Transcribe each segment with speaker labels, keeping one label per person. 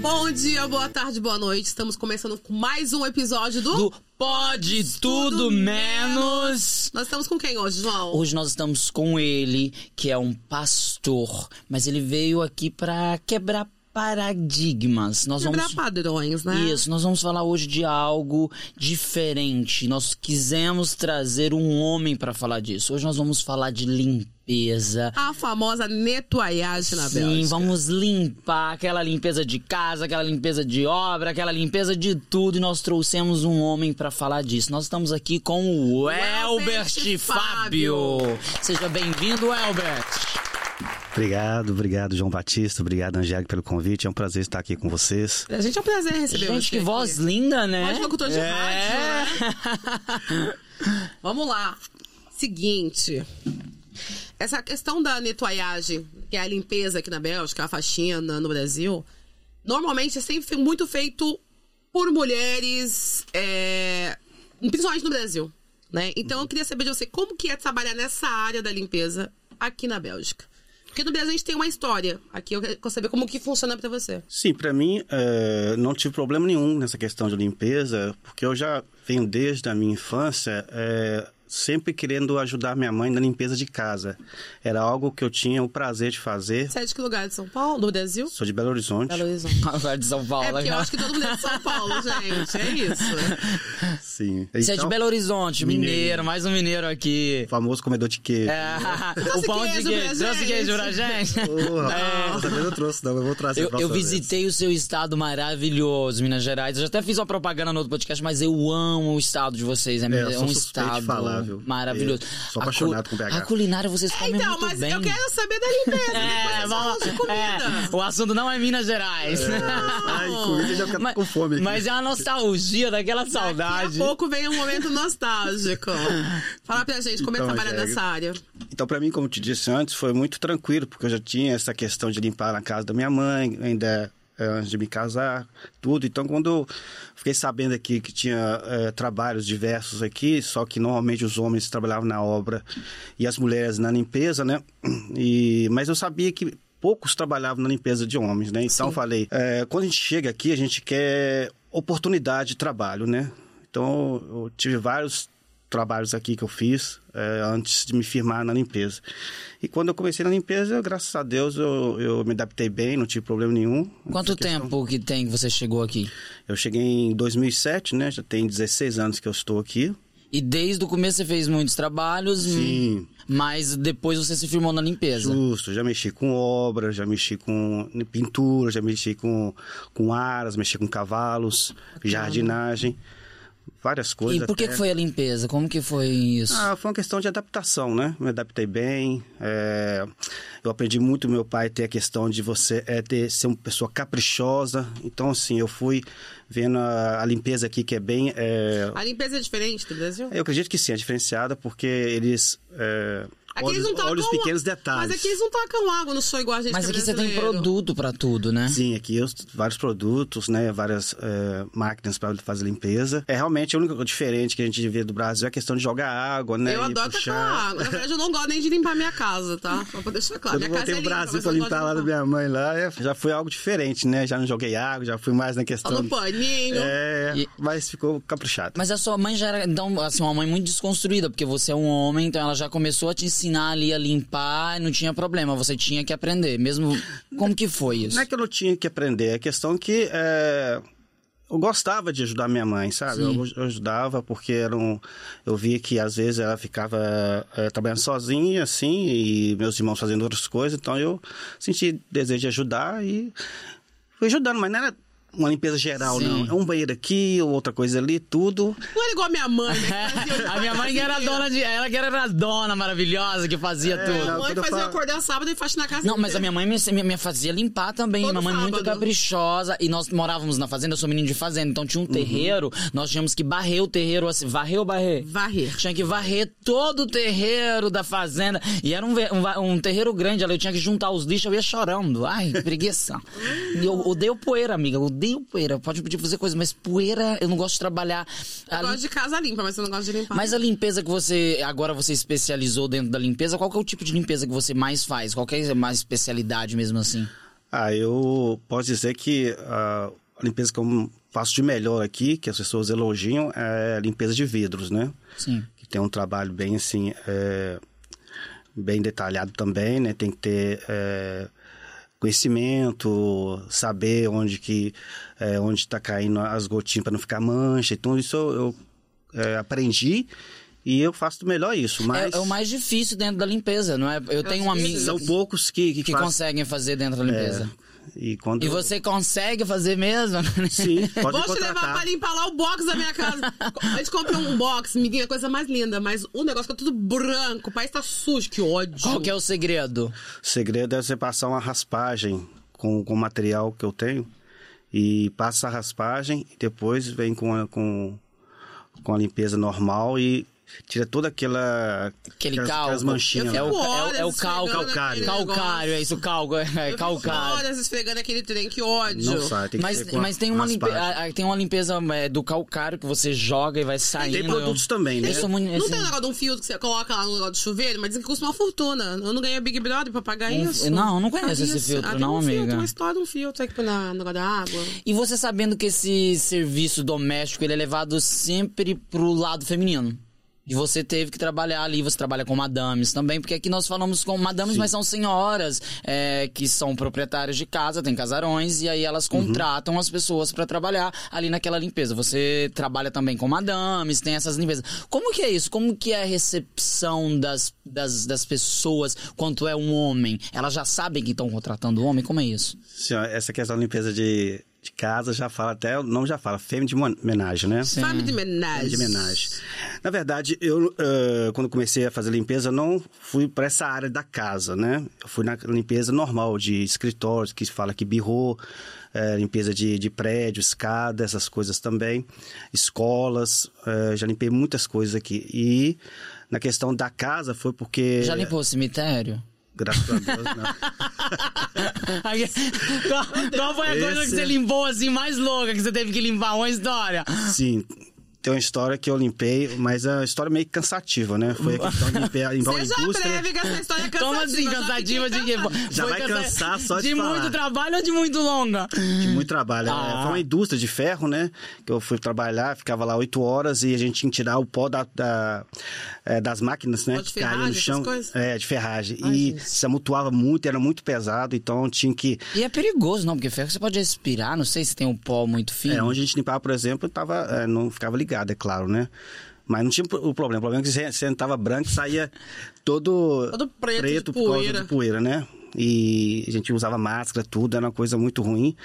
Speaker 1: Bom dia, boa tarde, boa noite. Estamos começando com mais um episódio do.
Speaker 2: do Pode Tudo Menos.
Speaker 1: Nós estamos com quem hoje, João?
Speaker 2: Hoje nós estamos com ele, que é um pastor, mas ele veio aqui pra quebrar paradigmas. Nós
Speaker 1: Quebrar
Speaker 2: vamos
Speaker 1: padrões, né?
Speaker 2: Isso, nós vamos falar hoje de algo diferente. Nós quisemos trazer um homem pra falar disso. Hoje nós vamos falar de limpeza.
Speaker 1: A famosa netuaiagem na
Speaker 2: Sim,
Speaker 1: Bélgica.
Speaker 2: vamos limpar aquela limpeza de casa, aquela limpeza de obra, aquela limpeza de tudo. E nós trouxemos um homem pra falar disso. Nós estamos aqui com o
Speaker 1: Elbert
Speaker 2: Elbert Fábio. Seja bem-vindo, Elbert.
Speaker 3: Obrigado, obrigado, João Batista. Obrigado, Angélica, pelo convite. É um prazer estar aqui com vocês.
Speaker 1: A gente é um prazer receber
Speaker 2: Gente,
Speaker 1: você
Speaker 2: que
Speaker 1: aqui.
Speaker 2: voz linda, né?
Speaker 1: Voz de locutor de rádio, né? Vamos lá. Seguinte. Essa questão da netuaiagem, que é a limpeza aqui na Bélgica, a faxina no Brasil, normalmente é sempre fe- muito feito por mulheres, é, principalmente no Brasil, né? Então eu queria saber de você, como que é trabalhar nessa área da limpeza aqui na Bélgica? Porque no Brasil a gente tem uma história. Aqui eu quero saber como que funciona pra você.
Speaker 3: Sim, para mim, eh, não tive problema nenhum nessa questão de limpeza, porque eu já venho desde a minha infância eh, sempre querendo ajudar minha mãe na limpeza de casa. Era algo que eu tinha o prazer de fazer.
Speaker 1: Você é de que lugar? De São Paulo? Do Brasil?
Speaker 3: Sou de Belo Horizonte.
Speaker 1: Belo Horizonte.
Speaker 2: Agora de São Paulo. né?
Speaker 1: É porque eu
Speaker 2: cara.
Speaker 1: acho que todo mundo é de São Paulo, gente. É isso.
Speaker 3: Sim.
Speaker 2: Você é de
Speaker 3: Então,
Speaker 2: Belo Horizonte, mineiro. mais um mineiro aqui.
Speaker 3: O famoso comedor de queijo.
Speaker 2: É,
Speaker 1: Trouxe
Speaker 2: o pão de
Speaker 1: queijo pra
Speaker 2: queijo. Trouxe
Speaker 1: gente. Ah.
Speaker 2: queijo pra gente.
Speaker 3: Ô,
Speaker 2: É.
Speaker 3: rapaz, dessa vez eu trouxe, não. Eu vou trazer
Speaker 2: Eu,
Speaker 3: pra
Speaker 2: eu
Speaker 3: outra vez.
Speaker 2: visitei o seu estado maravilhoso, Minas Gerais. Eu já até fiz uma propaganda no outro podcast, mas eu amo o estado de vocês. É,
Speaker 3: É, eu
Speaker 2: é
Speaker 3: sou
Speaker 2: um
Speaker 3: suspeito de
Speaker 2: estado
Speaker 3: falar, viu?
Speaker 2: maravilhoso.
Speaker 3: Eu sou
Speaker 2: A
Speaker 3: apaixonado
Speaker 2: cu-
Speaker 3: com BH.
Speaker 2: A culinária vocês
Speaker 1: É,
Speaker 2: comem
Speaker 1: então,
Speaker 2: muito
Speaker 1: mas
Speaker 2: bem.
Speaker 1: eu quero saber da limpeza.
Speaker 2: É,
Speaker 1: É,
Speaker 2: vamos,
Speaker 1: vamos de comida.
Speaker 2: é, o assunto não é Minas Gerais.
Speaker 3: Ai, comida já fica
Speaker 2: mas,
Speaker 3: com fome. aqui.
Speaker 2: mas é uma nostalgia daquela
Speaker 1: Daqui
Speaker 2: saudade.
Speaker 1: a pouco vem um momento nostálgico. Fala pra gente como é
Speaker 3: Então,
Speaker 1: trabalhar
Speaker 3: Angélica.
Speaker 1: nessa área.
Speaker 3: Então, para mim, como eu te disse antes, foi muito tranquilo, porque eu já tinha essa questão de limpar na casa da minha mãe, ainda eh, antes de me casar, tudo. Então, quando eu fiquei sabendo aqui que tinha eh, trabalhos diversos aqui, só que normalmente os homens trabalhavam na obra e as mulheres na limpeza, né? E, mas eu sabia que poucos trabalhavam na limpeza de homens, né? Então, eu falei, eh, quando a gente chega aqui, a gente quer oportunidade de trabalho, né? Então, eu tive vários trabalhos aqui que eu fiz eh, antes de me firmar na limpeza. E quando eu comecei na limpeza, graças a Deus, eu, eu me adaptei bem, não tive problema nenhum.
Speaker 2: Quanto tempo que tem que você chegou aqui?
Speaker 3: Eu cheguei em 2007, né? Já tem 16 anos que eu estou aqui.
Speaker 2: E desde o começo você fez muitos trabalhos,
Speaker 3: Sim.
Speaker 2: mas depois você se firmou na limpeza.
Speaker 3: Justo, já mexi com obra, já mexi com pintura, já mexi com, com aras, mexi com cavalos, jardinagem, várias coisas.
Speaker 2: E por que,
Speaker 3: até.
Speaker 2: que foi a limpeza? Como que foi isso?
Speaker 3: Ah, foi uma questão de adaptação, né? Me adaptei bem. é, Eu aprendi muito meu pai ter a questão de você é, ter, ser uma pessoa caprichosa. Então, assim, eu fui vendo a, a limpeza aqui que é bem. é,
Speaker 1: A limpeza é diferente do Brasil?
Speaker 3: Eu acredito que sim, é diferenciada, porque eles. É...
Speaker 1: Aqui
Speaker 3: olham
Speaker 1: eles não
Speaker 3: olham
Speaker 1: tacam
Speaker 3: os pequenos
Speaker 1: água-
Speaker 3: detalhes.
Speaker 1: Mas aqui eles não tacam água no chão igual a gente
Speaker 2: Mas
Speaker 1: que é
Speaker 2: aqui você tem
Speaker 1: brasileiro.
Speaker 2: produto pra tudo, né?
Speaker 3: Sim, aqui os, vários produtos, né? Várias eh, máquinas para fazer limpeza. É realmente a única diferente que a gente vê do Brasil é a questão de jogar água, né?
Speaker 1: Eu
Speaker 3: e
Speaker 1: adoro
Speaker 3: puxar.
Speaker 1: tacar água. Na verdade, eu não gosto nem de limpar minha casa, tá? Só pra deixar claro.
Speaker 3: Quando
Speaker 1: minha
Speaker 3: eu
Speaker 1: casa
Speaker 3: voltei
Speaker 1: é
Speaker 3: pro
Speaker 1: limpa,
Speaker 3: Brasil
Speaker 1: mas
Speaker 3: pra
Speaker 1: eu não gosto
Speaker 3: limpar lá
Speaker 1: de
Speaker 3: da minha mãe lá, é, já foi algo diferente, né? Já não joguei água, já fui mais na
Speaker 1: Só
Speaker 3: questão.
Speaker 1: no paninho.
Speaker 3: É,
Speaker 2: E-
Speaker 3: mas ficou caprichado.
Speaker 2: Mas a sua mãe já era, então, assim, uma mãe muito desconstruída, porque você é um homem, então ela já começou a te ensinar ali a limpar e não tinha problema, você tinha que aprender, mesmo. Como que foi isso?
Speaker 3: Não é que eu não tinha que aprender, é questão que é, eu gostava de ajudar minha mãe, sabe? Eu, eu ajudava porque era um, eu via que às vezes ela ficava é, trabalhando sozinha, assim, e meus irmãos fazendo outras coisas, então eu senti desejo de ajudar e fui ajudando, mas não era uma limpeza geral,
Speaker 2: Sim.
Speaker 3: não. É um banheiro aqui, outra coisa ali, tudo.
Speaker 1: Não era igual a minha mãe, né? que fazia-
Speaker 2: A minha mãe que era dona de. Ela que era a dona maravilhosa que fazia
Speaker 3: É,
Speaker 2: tudo.
Speaker 1: Minha mãe
Speaker 3: Quando eu
Speaker 1: fazia eu
Speaker 3: falo-
Speaker 1: acordar sábado e faxina na casa
Speaker 2: Não, mas
Speaker 1: inteira.
Speaker 2: a minha mãe me, me- me fazia limpar também.
Speaker 1: Todo
Speaker 2: minha mãe muito
Speaker 1: sábado.
Speaker 2: caprichosa. E nós morávamos na fazenda, eu sou menino de fazenda. Então
Speaker 3: Uhum.
Speaker 2: tinha um terreiro, nós tínhamos que barrer o terreiro assim. Varrer ou barrer?
Speaker 1: Varrer.
Speaker 2: Tinha que varrer todo o terreiro da fazenda. E era um, ve- um va- um terreiro grande, ali eu tinha que juntar os lixos, eu ia chorando. Ai, que preguiça. E eu odeio poeira, amiga. Eu odeio poeira. Pode pedir fazer coisa, mas poeira, eu não gosto de trabalhar.
Speaker 1: Eu
Speaker 2: A
Speaker 1: gosto de casa limpa, mas eu não gosto de limpar.
Speaker 2: mas a limpeza que você agora você especializou dentro da limpeza, qual que é o tipo de limpeza que você mais faz? Qual que é a mais especialidade mesmo assim?
Speaker 3: Ah, eu posso dizer que ah, a limpeza que eu faço de melhor aqui, que as pessoas elogiam, é a limpeza de vidros, né?
Speaker 2: Sim.
Speaker 3: Que tem um trabalho bem assim, é, bem detalhado também, né? Tem que ter é, conhecimento, saber onde que é, onde está caindo as gotinhas para não ficar mancha. Então isso eu, eu, é, aprendi e eu faço do melhor isso. Mas
Speaker 2: É, é o mais difícil dentro da limpeza, não é? Eu tenho um amigo
Speaker 3: são poucos que que,
Speaker 2: que
Speaker 3: faz-
Speaker 2: conseguem fazer dentro da limpeza.
Speaker 3: E quando
Speaker 2: E você consegue fazer mesmo?
Speaker 3: sim pode
Speaker 1: Vou te levar
Speaker 3: contratar.
Speaker 1: pra limpar lá o box da minha casa. A gente comprou um box, amiguinha, a coisa mais linda, mas o negócio tá tudo branco, o país tá sujo, que ódio.
Speaker 2: Qual que é o segredo?
Speaker 3: O segredo é você passar uma raspagem com, com o material que eu tenho. E passa a raspagem e depois vem com a, com, com a limpeza normal e tira toda aquela.
Speaker 2: Aquele
Speaker 3: aquelas,
Speaker 2: calco.
Speaker 3: aquelas manchinhas.
Speaker 2: É o,
Speaker 1: fico
Speaker 2: é, o- é o
Speaker 1: horas
Speaker 2: calco.
Speaker 1: esfregando
Speaker 2: Calcário.
Speaker 1: aquele negócio.
Speaker 2: Calcário, é isso, calco. É,
Speaker 1: Eu fico
Speaker 2: calcário.
Speaker 1: horas esfregando aquele trem, que ódio.
Speaker 3: Não sai, tem que
Speaker 2: Mas,
Speaker 3: ser com a-
Speaker 2: mas tem, uma limpe...
Speaker 3: raspagem.
Speaker 2: ah, ah, tem uma limpeza é, do calcário que você joga e vai saindo.
Speaker 3: Tem produtos também, né?
Speaker 2: Eu sou muito.
Speaker 1: Não
Speaker 2: assim,
Speaker 1: tem um negócio de um fio que você coloca lá no negócio de chuveiro, mas dizem que custa uma fortuna. Eu não ganhei Big Brother pra pagar
Speaker 2: Um-
Speaker 1: isso.
Speaker 2: não, eu não conheço esse filtro,
Speaker 1: tem
Speaker 2: não,
Speaker 1: um
Speaker 2: amiga.
Speaker 1: Filtro, uma história de um filtro aqui na, no negócio da água.
Speaker 2: E você sabendo que esse serviço doméstico ele é levado sempre pro lado feminino. E você teve que trabalhar ali, você trabalha com madames também, porque aqui nós falamos com madames, mas são senhoras é, que são proprietárias de casa, tem casarões, e aí elas contratam as pessoas pra trabalhar ali naquela limpeza. Você trabalha também com madames, tem essas limpezas. Como que é isso? Como que é a recepção das, das, das pessoas quanto é um homem? Elas já sabem que estão contratando o homem? Como é isso?
Speaker 3: Assim, ó, Essa questão da limpeza de, de casa já fala até. Não já fala, fêmea de mon- homenagem, né?
Speaker 2: Sim.
Speaker 1: Fame de homenagem.
Speaker 3: de homenagem. Na verdade, eu eh, quando comecei a fazer limpeza, eu não fui para essa área da casa, né? Eu fui na limpeza normal de escritórios, que se fala que birrou, eh, limpeza de, de prédio, escada, essas coisas também, escolas, eh, já limpei muitas coisas aqui. E na questão da casa foi porque
Speaker 2: Já limpou o cemitério?
Speaker 3: graças a Deus, né? não.
Speaker 2: Aí, qual, qual foi a coisa que
Speaker 3: Esse-
Speaker 2: você limpou assim mais louca que você teve que limpar uma história?
Speaker 3: Sim. Tem uma história que eu limpei, mas é uma história meio cansativa, né? Foi a questão de limpar, limpar uma
Speaker 1: Seja
Speaker 3: Então, indústria. né?
Speaker 1: breve que essa história é cansativa.
Speaker 2: Como assim,
Speaker 1: eu já
Speaker 2: cansativa de
Speaker 1: fiquei
Speaker 2: quê?
Speaker 1: cansada.
Speaker 2: Foi
Speaker 3: Já vai
Speaker 2: cansa-
Speaker 3: cansar só de falar.
Speaker 2: muito trabalho ou de muito longa?
Speaker 3: de muito trabalho.
Speaker 2: Ah.
Speaker 3: É, Foi uma indústria de ferro, né? Que eu fui trabalhar, ficava lá oito horas e a gente tinha que tirar o pó da, da- é, das máquinas, né?
Speaker 1: Pó de
Speaker 3: que caía no
Speaker 1: ferragem,
Speaker 3: chão.
Speaker 1: essas coisas?
Speaker 3: É, de ferragem. e se amutuava muito, era muito pesado, então tinha que.
Speaker 2: E é perigoso, não, porque ferro você pode respirar, não sei se tem um pó muito fino.
Speaker 3: É, onde a gente limpava, por exemplo, tava, é, não ficava ligado, é claro, né? Mas não tinha pro- o problema. O problema é que você sentava branco e saía todo,
Speaker 1: Todo preto de
Speaker 3: por causa
Speaker 1: poeira.
Speaker 3: de poeira, né? E a gente usava máscara, tudo, era uma coisa muito ruim.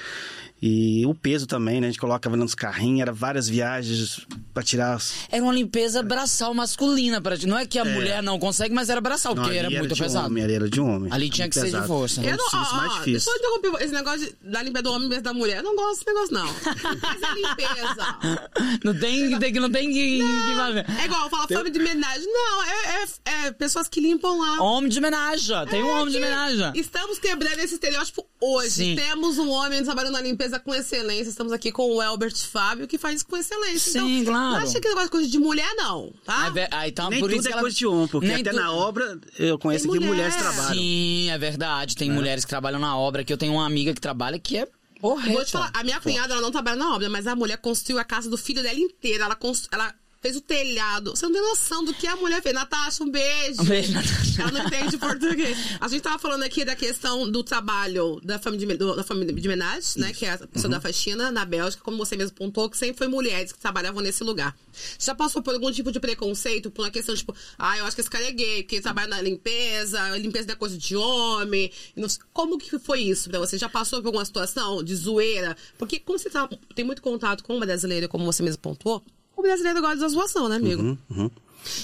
Speaker 3: E o peso também, né? A gente colocava nos carrinhos, era várias viagens para tirar as
Speaker 2: Era É uma limpeza braçal masculina, pra... não é que a mulher não consegue, mas era braçal,
Speaker 3: Não,
Speaker 2: porque
Speaker 3: ali
Speaker 2: era muito
Speaker 3: de
Speaker 2: pesado.
Speaker 3: Homem, ali era de homem.
Speaker 2: Ali
Speaker 3: Era
Speaker 2: tinha
Speaker 3: muito
Speaker 2: que ser de
Speaker 3: pesado.
Speaker 2: força.
Speaker 1: Eu
Speaker 3: Era
Speaker 1: não,
Speaker 3: difícil,
Speaker 1: ó,
Speaker 3: mais
Speaker 1: ó, Deixa
Speaker 3: difícil.
Speaker 1: eu interromper esse negócio de- da limpeza do homem versus da mulher. Eu não gosto desse negócio, não. Mas é limpeza.
Speaker 2: Não tem, tem, que- não tem que, que fazer.
Speaker 1: É igual falar fome de homenagem. Não, é, é- é pessoas que limpam lá. É
Speaker 2: Homem de homenagem, ó, tem um homem de homenagem.
Speaker 1: Estamos quebrando esse estereótipo hoje.
Speaker 2: Sim.
Speaker 1: Temos um homem trabalhando na limpeza com excelência. Estamos aqui com o Elbert Fábio, que faz isso com excelência.
Speaker 2: Sim,
Speaker 1: então,
Speaker 2: claro.
Speaker 1: Não acha que negócio de coisa de mulher, não, tá?
Speaker 2: É ver- ah, então,
Speaker 3: Nem
Speaker 2: por
Speaker 3: tudo
Speaker 2: isso
Speaker 3: é
Speaker 2: que ela-
Speaker 3: coisa de homem, porque
Speaker 2: Nem
Speaker 3: até
Speaker 2: tu-
Speaker 3: na obra eu conheço
Speaker 1: Tem
Speaker 3: aqui mulheres
Speaker 1: mulher.
Speaker 3: trabalham.
Speaker 2: Sim, é verdade.
Speaker 1: Né?
Speaker 2: Tem mulheres que trabalham na obra, que eu tenho uma amiga que trabalha que é
Speaker 1: Eu
Speaker 2: horrenda.
Speaker 1: Vou te falar, a minha cunhada, ela não trabalha na obra, mas a mulher construiu a casa do filho dela inteira. Ela, constru- ela fez o telhado. Você não tem noção do que a mulher fez. Natasha, um beijo.
Speaker 2: Um beijo, Natasha.
Speaker 1: Ela não entende português. A gente tava falando aqui da questão do trabalho da família de, do- da família de Menage, né? Que é a pessoa da faxina na Bélgica, como você mesmo pontuou, que sempre foi mulheres que trabalhavam nesse lugar. Você já passou por algum tipo de preconceito? Por uma questão, tipo, ah, eu acho que esse cara é gay, porque ele trabalha na limpeza, limpeza não é coisa de homem. Não sei- Como que foi isso pra você? Já passou por alguma situação de zoeira? Porque como você tá- tem muito contato com o brasileiro, como você mesmo pontuou, o brasileiro gosta da zoação, né, amigo?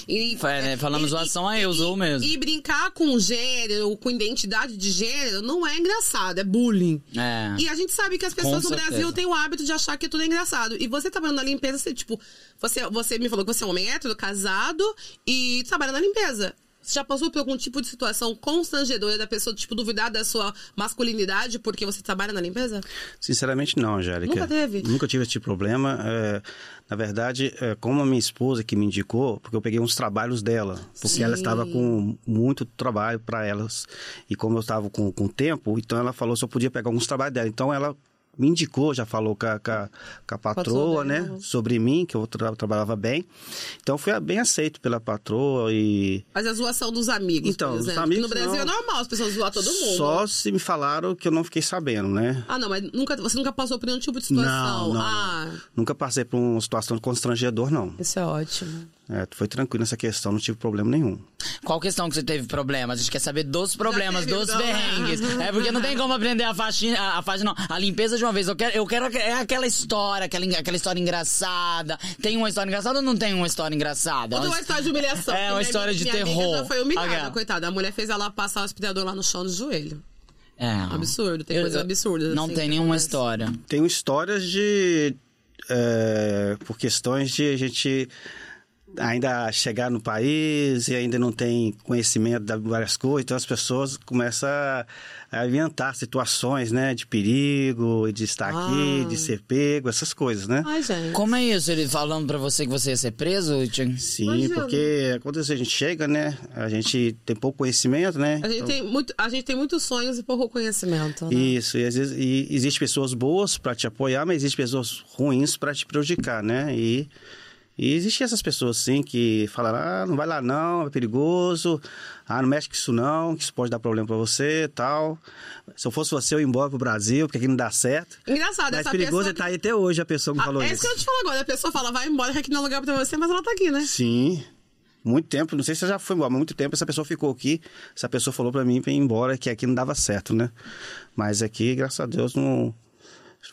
Speaker 1: E,
Speaker 2: Foi, né? Falamos zoação, aí eu zoo mesmo.
Speaker 1: E brincar com gênero, com identidade de gênero, não é engraçado, é bullying.
Speaker 2: É.
Speaker 1: E a gente sabe que as pessoas no
Speaker 2: certeza.
Speaker 1: Brasil têm o hábito de achar que tudo é engraçado. E você trabalhando na limpeza, você, tipo, você, você me falou que você é um homem hétero, casado e trabalha na limpeza. Você já passou por algum tipo de situação constrangedora da pessoa, tipo, duvidar da sua masculinidade porque você trabalha na limpeza?
Speaker 3: Sinceramente, não, Angélica.
Speaker 1: Nunca teve?
Speaker 3: Nunca tive esse problema. É, na verdade, é, como a minha esposa que me indicou, porque eu peguei uns trabalhos dela, porque
Speaker 1: Sim.
Speaker 3: ela estava com muito trabalho para elas. E como eu estava com, com tempo, então ela falou se eu podia pegar alguns trabalhos dela. Então ela me indicou, já falou com a, com a- com a patroa, né?
Speaker 1: dela.
Speaker 3: Sobre mim, que eu tra- trabalhava bem. Então eu fui bem aceito pela patroa e
Speaker 1: Mas a zoação dos amigos,
Speaker 3: Então,
Speaker 1: por
Speaker 3: dos
Speaker 1: exemplo.
Speaker 3: amigos,
Speaker 1: no Brasil
Speaker 3: não.
Speaker 1: é normal as pessoas zoar todo mundo.
Speaker 3: Só se me falaram que eu não fiquei sabendo, né?
Speaker 1: Ah, não, mas nunca, você nunca passou por nenhum tipo de situação.
Speaker 3: Não, não,
Speaker 1: ah,
Speaker 3: Nunca passei por uma situação constrangedor, não.
Speaker 1: isso é ótimo.
Speaker 3: É, foi tranquilo nessa questão, não tive problema nenhum.
Speaker 2: Qual questão que você teve problema? A gente quer saber dos problemas,
Speaker 1: teve,
Speaker 2: dos
Speaker 1: então.
Speaker 2: perrengues. É porque não tem como aprender a faxina, a, a faxina, não, a limpeza de uma vez. Eu quero, eu quero aque- é aquela história, aquela, en- aquela história engraçada. Tem uma história engraçada ou não tem uma história engraçada?
Speaker 1: Conta uma história de humilhação.
Speaker 2: É,
Speaker 1: porque
Speaker 2: uma
Speaker 1: minha
Speaker 2: história de
Speaker 1: amiga- minha
Speaker 2: terror.
Speaker 1: Amiga já foi humilhada,
Speaker 2: Aquela.
Speaker 1: coitada. A mulher fez ela passar o aspirador lá no chão do joelho.
Speaker 2: É.
Speaker 1: Absurdo, tem
Speaker 2: Eu-
Speaker 1: coisas absurdas.
Speaker 2: Não
Speaker 1: assim,
Speaker 2: tem
Speaker 1: que
Speaker 2: nenhuma
Speaker 1: acontece.
Speaker 2: história.
Speaker 3: Tenho histórias de. é, por questões de a gente ainda chegar no país e ainda não tem conhecimento de várias coisas, então as pessoas começam a a inventar situações, né? De perigo, de estar aqui,
Speaker 1: Ah.
Speaker 3: de ser pego, essas coisas, né?
Speaker 1: Ai, gente.
Speaker 2: Como é isso? Ele falando pra você que você ia ser preso? Tinha-
Speaker 3: Sim,
Speaker 1: Imagina.
Speaker 3: porque acontece, a gente chega, né? A gente tem pouco conhecimento, né?
Speaker 1: A gente, tem muito, a gente tem muitos sonhos e pouco conhecimento. Né?
Speaker 3: Isso, e às vezes e existe pessoas boas para te apoiar, mas existe pessoas ruins para te prejudicar, né? E, e existe essas pessoas sim que falaram: "Ah, não vai lá não, é perigoso. Ah, não mexe com isso não, que isso pode dar problema para você, tal. Se eu fosse você eu ia embora pro Brasil, porque aqui não dá certo".
Speaker 1: Engraçado,
Speaker 3: Mas
Speaker 1: essa
Speaker 3: perigoso
Speaker 1: Ah, pessoa.
Speaker 3: é tá aí até hoje a pessoa que
Speaker 1: Ah,
Speaker 3: falou
Speaker 1: é isso
Speaker 3: isso.
Speaker 1: que eu te falo agora. A pessoa fala, vai embora, que aqui não é lugar pra você, mas ela tá aqui, né?
Speaker 3: Sim. Muito tempo, não sei se você já foi embora, mas muito tempo essa pessoa ficou aqui. Essa pessoa falou pra mim pra ir embora, que aqui não dava certo, né? Mas aqui, graças a Deus, não.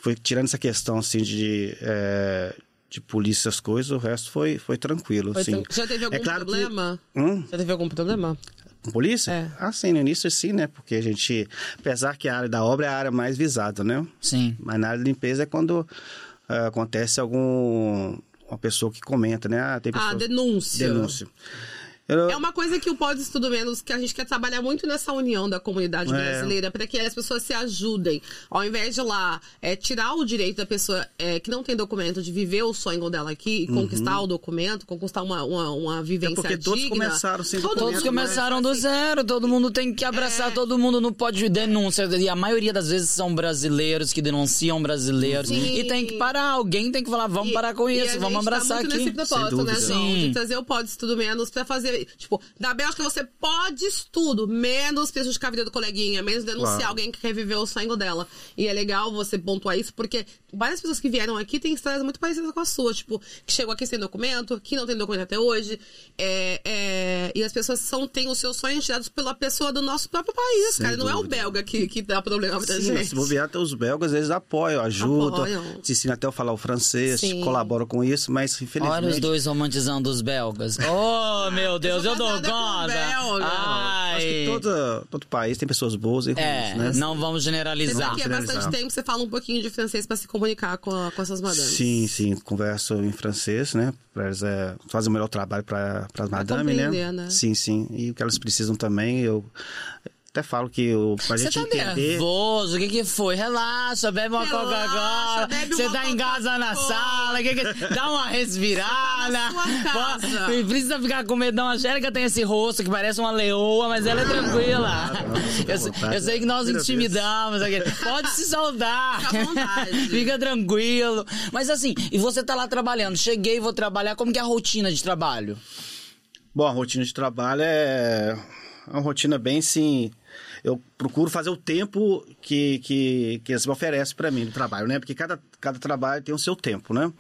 Speaker 3: Foi tirando essa questão, assim, de. eh, De polícia, essas coisas, o resto foi, foi tranquilo,
Speaker 1: Foi
Speaker 3: assim.
Speaker 1: tran- Já teve algum
Speaker 3: É claro que-
Speaker 1: problema?
Speaker 3: Hum?
Speaker 1: Já teve algum problema?
Speaker 3: Com polícia?
Speaker 1: É.
Speaker 3: Ah, sim, no início sim, né? Porque a gente. Apesar que a área da obra é a área mais visada, né?
Speaker 2: Sim.
Speaker 3: Mas na área de limpeza é quando ah, acontece algum. Uma pessoa que comenta, né? Ah, tem pessoa.
Speaker 1: Ah, denúncia.
Speaker 3: Denúncia. Eu-
Speaker 1: É uma coisa que o Podes Tudo Menos, que a gente quer trabalhar muito nessa união da comunidade
Speaker 3: É.
Speaker 1: brasileira, para que as pessoas se ajudem. Ao invés de lá é, tirar o direito da pessoa é, que não tem documento de viver o sonho dela aqui e conquistar o documento, conquistar uma, uma, uma vivência
Speaker 3: Uhum. É porque todos
Speaker 1: digna.
Speaker 3: começaram sem
Speaker 1: Todo
Speaker 3: documento,
Speaker 2: Todos
Speaker 1: mundo
Speaker 3: né?
Speaker 2: começaram do
Speaker 1: assim.
Speaker 2: zero, todo mundo tem que abraçar,
Speaker 1: É.
Speaker 2: todo mundo não pode denúncia. E a maioria das vezes são brasileiros que denunciam brasileiros.
Speaker 1: Sim.
Speaker 2: E tem que parar, alguém tem que falar, vamos
Speaker 1: E-
Speaker 2: parar com
Speaker 1: e a
Speaker 2: isso, vamos
Speaker 1: gente
Speaker 2: abraçar
Speaker 1: tá muito
Speaker 2: aqui.
Speaker 1: Nesse propósito,
Speaker 3: Sem
Speaker 1: né,
Speaker 3: dúvida.
Speaker 1: João?
Speaker 2: Sim.
Speaker 1: De trazer o pode tudo menos pra fazer. Tipo, na Bélgica você pode tudo, menos prejudicar a vida do coleguinha, menos denunciar
Speaker 3: Claro.
Speaker 1: alguém que quer viver o sonho dela. E é legal você pontuar isso, porque várias pessoas que vieram aqui têm histórias muito parecidas com a sua. Tipo, que chegou aqui sem documento, que não tem documento até hoje. É, é, e as pessoas são, têm os seus sonhos tirados pela pessoa do nosso próprio país, cara. Não é o
Speaker 3: dúvida.
Speaker 1: belga que, que dá problema pra
Speaker 3: Sim,
Speaker 1: gente.
Speaker 3: se bobear, até os belgas, eles apoiam, ajudam,
Speaker 1: Apoiam.
Speaker 3: te ensinam até a falar o francês,
Speaker 1: Sim.
Speaker 3: colaboram com isso, mas infelizmente...
Speaker 2: Olha os dois romantizando os belgas. Oh, meu Deus,
Speaker 1: sou
Speaker 2: eu dou
Speaker 1: casada com um
Speaker 2: conta.
Speaker 1: belga.
Speaker 2: Ai.
Speaker 3: Acho que todo, todo país tem pessoas boas e ruins,
Speaker 2: É,
Speaker 3: né?
Speaker 2: não vamos
Speaker 1: Você tá
Speaker 2: generalizar.
Speaker 1: aqui há bastante
Speaker 3: Finalizar.
Speaker 1: tempo, você fala um pouquinho de francês pra se comunicar com, a- com essas madames.
Speaker 3: Sim, sim, converso em francês, né? Pra eles é, fazem o melhor trabalho para as madame,
Speaker 1: compreender,
Speaker 3: né?
Speaker 1: né?
Speaker 3: Sim, sim. E o que elas precisam também, eu até falo que eu, pra
Speaker 2: Você
Speaker 3: gente
Speaker 2: tá
Speaker 3: entender.
Speaker 2: nervoso? O que que foi? Relaxa, bebe uma
Speaker 1: Relaxa,
Speaker 2: Coca-Cola.
Speaker 1: bebe
Speaker 2: Você
Speaker 1: uma
Speaker 2: tá em casa na
Speaker 1: Coca-Cola.
Speaker 2: sala. que que- Dá uma
Speaker 1: Você
Speaker 2: respirada.
Speaker 1: tá na sua casa.
Speaker 2: Pô, Não precisa ficar com medo. Não, a Angélica tem esse rosto que parece uma leoa, mas
Speaker 1: Ah.
Speaker 2: ela é tranquila.
Speaker 1: tá
Speaker 3: fica à
Speaker 2: Eu, sei-
Speaker 3: vontade.
Speaker 2: eu sei que nós
Speaker 3: Primeira
Speaker 2: intimidamos. aqui. Pode se saudar.
Speaker 1: né? Fica à vontade.
Speaker 2: Fica tranquilo. Mas assim, e você tá lá trabalhando. Cheguei, vou trabalhar. Como que é a rotina de trabalho?
Speaker 3: Bom, a rotina de trabalho é é uma rotina bem assim. Eu procuro fazer o tempo que, que, que eles me oferecem para mim no trabalho, né? Porque cada, cada trabalho tem o seu tempo, né?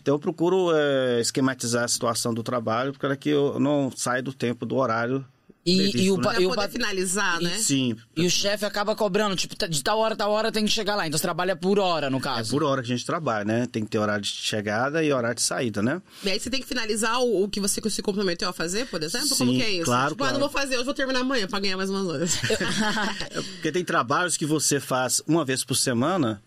Speaker 3: Então eu procuro eh, esquematizar a situação do trabalho para que eu não saia do tempo do horário.
Speaker 2: E,
Speaker 3: previsto,
Speaker 2: e o,
Speaker 3: né?
Speaker 2: pa-
Speaker 1: Pra
Speaker 2: e o
Speaker 1: poder
Speaker 2: pa-
Speaker 1: finalizar, né?
Speaker 3: Sim,
Speaker 2: E o chefe acaba cobrando, tipo, ta- de tal hora, tal hora tem que chegar lá. Então você trabalha por hora, no caso.
Speaker 1: É
Speaker 3: por hora que a gente trabalha, né? Tem que ter horário de chegada e horário de saída, né?
Speaker 1: E aí você tem que finalizar o, o que você se comprometeu a fazer, por exemplo? Como
Speaker 3: Sim,
Speaker 1: que é isso?
Speaker 3: claro,
Speaker 1: tipo, ah, não
Speaker 3: claro.
Speaker 1: vou fazer hoje, vou terminar amanhã pra ganhar mais umas horas.
Speaker 3: É porque tem trabalhos que você faz uma vez por semana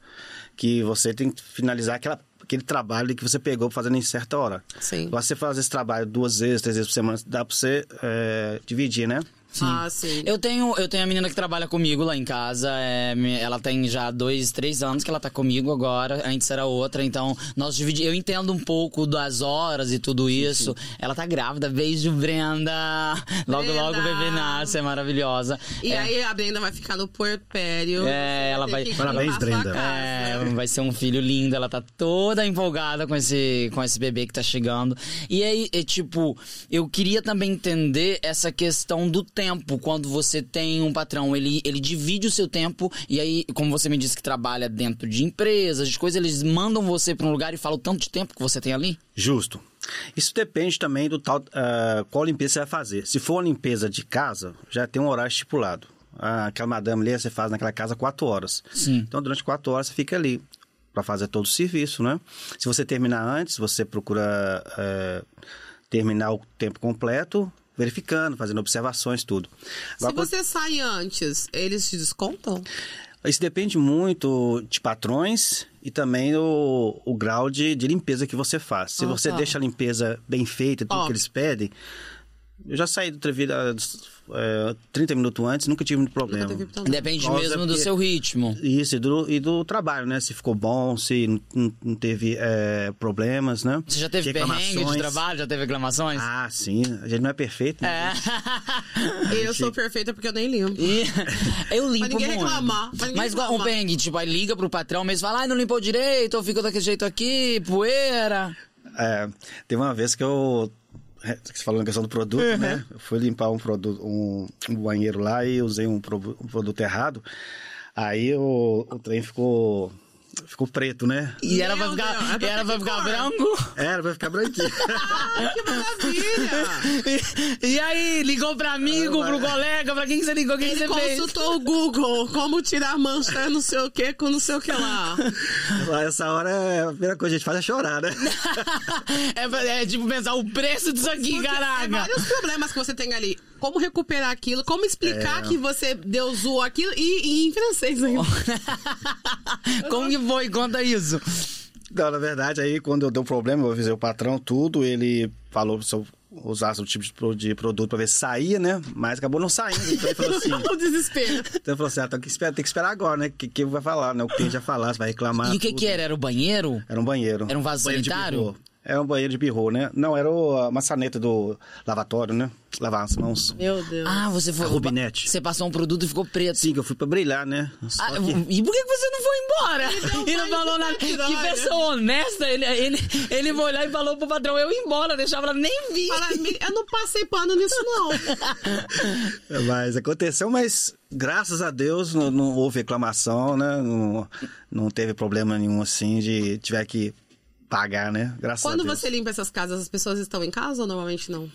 Speaker 3: que você tem que finalizar aquela, aquele trabalho ali que você pegou fazendo em certa hora.
Speaker 1: Sim.
Speaker 3: Agora, você faz esse trabalho duas vezes, três vezes por semana, dá pra você é, dividir, né?
Speaker 1: Ah, sim.
Speaker 2: Eu tenho, eu tenho a menina que trabalha comigo lá em casa. é, me- ela tem já dois, três anos que ela tá comigo agora. Antes era outra, então nós dividimos. Eu entendo um pouco das horas e tudo isso. Ela tá grávida. Beijo, Brenda. Logo,
Speaker 1: Brenda.
Speaker 2: logo o bebê nasce. É maravilhosa.
Speaker 1: E
Speaker 2: é,
Speaker 1: aí a Brenda vai ficar no puerpério.
Speaker 2: É, ela vai-
Speaker 1: Parabéns,
Speaker 4: Parabéns, Brenda.
Speaker 2: É, vai ser um filho lindo, ela tá toda empolgada com esse, com esse bebê que tá chegando. E aí, é tipo, eu queria também entender essa questão do tempo. Quando você tem um patrão, ele, ele divide o seu tempo, e aí, como você me disse que trabalha dentro de empresas, de coisas, eles mandam você pra um lugar e falam o tanto de tempo que você tem ali?
Speaker 3: Justo. Isso depende também do tal ah, qual limpeza você vai fazer. Se for uma limpeza de casa, já tem um horário estipulado. Ah, aquela madame ali, você faz naquela casa quatro horas.
Speaker 2: Sim.
Speaker 3: Então, durante quatro horas, você fica ali para fazer todo o serviço, né? Se você terminar antes, você procura eh, terminar o tempo completo, verificando, fazendo observações, tudo.
Speaker 1: Se
Speaker 3: Agora, quando-
Speaker 1: você sai antes, eles te descontam?
Speaker 3: isso depende muito de patrões e também o, o grau de, de limpeza que você faz. Se
Speaker 1: Ah,
Speaker 3: você
Speaker 1: tá.
Speaker 3: deixa a limpeza bem feita, tudo
Speaker 1: Ó.
Speaker 3: que eles pedem. Eu já saí do Trevido é, 30 minutos antes, nunca tive muito problema.
Speaker 1: Nunca teve problema.
Speaker 2: Depende
Speaker 3: Nossa,
Speaker 2: mesmo do
Speaker 3: porque-
Speaker 2: seu ritmo.
Speaker 3: Isso, e do, e do trabalho, né? Se ficou bom, se n- n- não teve é, problemas, né?
Speaker 2: Você já teve perrengue de
Speaker 3: Reclamações.
Speaker 2: trabalho? Já teve reclamações?
Speaker 3: Ah, sim. A gente não é perfeito, né?
Speaker 2: É.
Speaker 1: Eu sou perfeita porque eu nem limpo.
Speaker 2: E eu limpo
Speaker 1: Pra ninguém
Speaker 2: muito.
Speaker 1: reclamar, pra ninguém
Speaker 2: mas igual um
Speaker 1: reclamar.
Speaker 2: perrengue, tipo, aí liga pro patrão mesmo e fala, ai, não limpou direito, ou ficou daquele jeito aqui, poeira.
Speaker 3: É, teve uma vez que eu. é, Você falou na questão do produto, né? Eu fui limpar um produto, um, um banheiro lá e usei um, pro- um produto errado. Aí o, o trem ficou. Ficou preto, né?
Speaker 2: E era pra
Speaker 1: Meu Deus, é
Speaker 2: ficar,
Speaker 1: pra
Speaker 2: era pra ficar
Speaker 1: ficar
Speaker 2: branco.
Speaker 3: Era, vai ficar branquinho.
Speaker 1: Ah, que maravilha!
Speaker 2: E, e aí, ligou pra amigo, pro colega, pra quem que você ligou, quem que
Speaker 1: é. Ele
Speaker 2: você fez?
Speaker 1: consultou o Google como tirar mancha não sei o que com não sei o que lá.
Speaker 3: Lá, Essa hora, a primeira coisa que a gente faz é chorar, né?
Speaker 2: é, pra- é tipo pensar o preço disso aqui,
Speaker 1: Porque É
Speaker 2: caraca.
Speaker 1: vários problemas que você tem ali. Como recuperar aquilo, como
Speaker 3: É.
Speaker 1: explicar que você deu zoou aquilo e, e em francês ainda.
Speaker 2: Como que foi? Conta isso.
Speaker 3: Não, na verdade, aí quando eu dei um problema, eu avisei o patrão, tudo, ele falou se eu usasse um tipo de pro- de produto pra ver se saía, né? Mas acabou não saindo. Então ele falou assim.
Speaker 1: o desespero.
Speaker 3: Então ele falou assim: ah, tem que esperar, tem que esperar agora, né? O que, que vai falar, né? O que já falar, você vai reclamar.
Speaker 2: E o que
Speaker 3: tudo.
Speaker 2: que era? Era o banheiro?
Speaker 3: Era um banheiro.
Speaker 2: Era um vaso
Speaker 3: Banheiro de
Speaker 2: sanitário?
Speaker 3: birro. Era um banheiro de birro, né? Não, era o- a maçaneta do lavatório, né? Lavar as mãos.
Speaker 1: Meu Deus.
Speaker 2: Ah, você foi.
Speaker 3: A rubinete.
Speaker 2: Você passou um produto e ficou preto.
Speaker 3: Sim, que eu fui pra brilhar, né? Só
Speaker 2: Ah,
Speaker 3: que-
Speaker 2: e por que que você não foi embora?
Speaker 1: deu
Speaker 2: E
Speaker 1: mais
Speaker 2: não falou
Speaker 1: um
Speaker 2: nada. Que
Speaker 1: patrão, né?
Speaker 2: pessoa honesta. Ele, ele, ele foi olhar e falou pro patrão: eu ia embora, deixava ela nem vir.
Speaker 1: Fala, "Me- eu não passei pano nisso, não.
Speaker 3: Mas aconteceu, mas graças a Deus não, não houve reclamação, né? Não, não teve problema nenhum assim de tiver que pagar, né? Graças
Speaker 1: Quando
Speaker 3: a Deus.
Speaker 1: você limpa essas casas, as pessoas estão em casa ou normalmente não?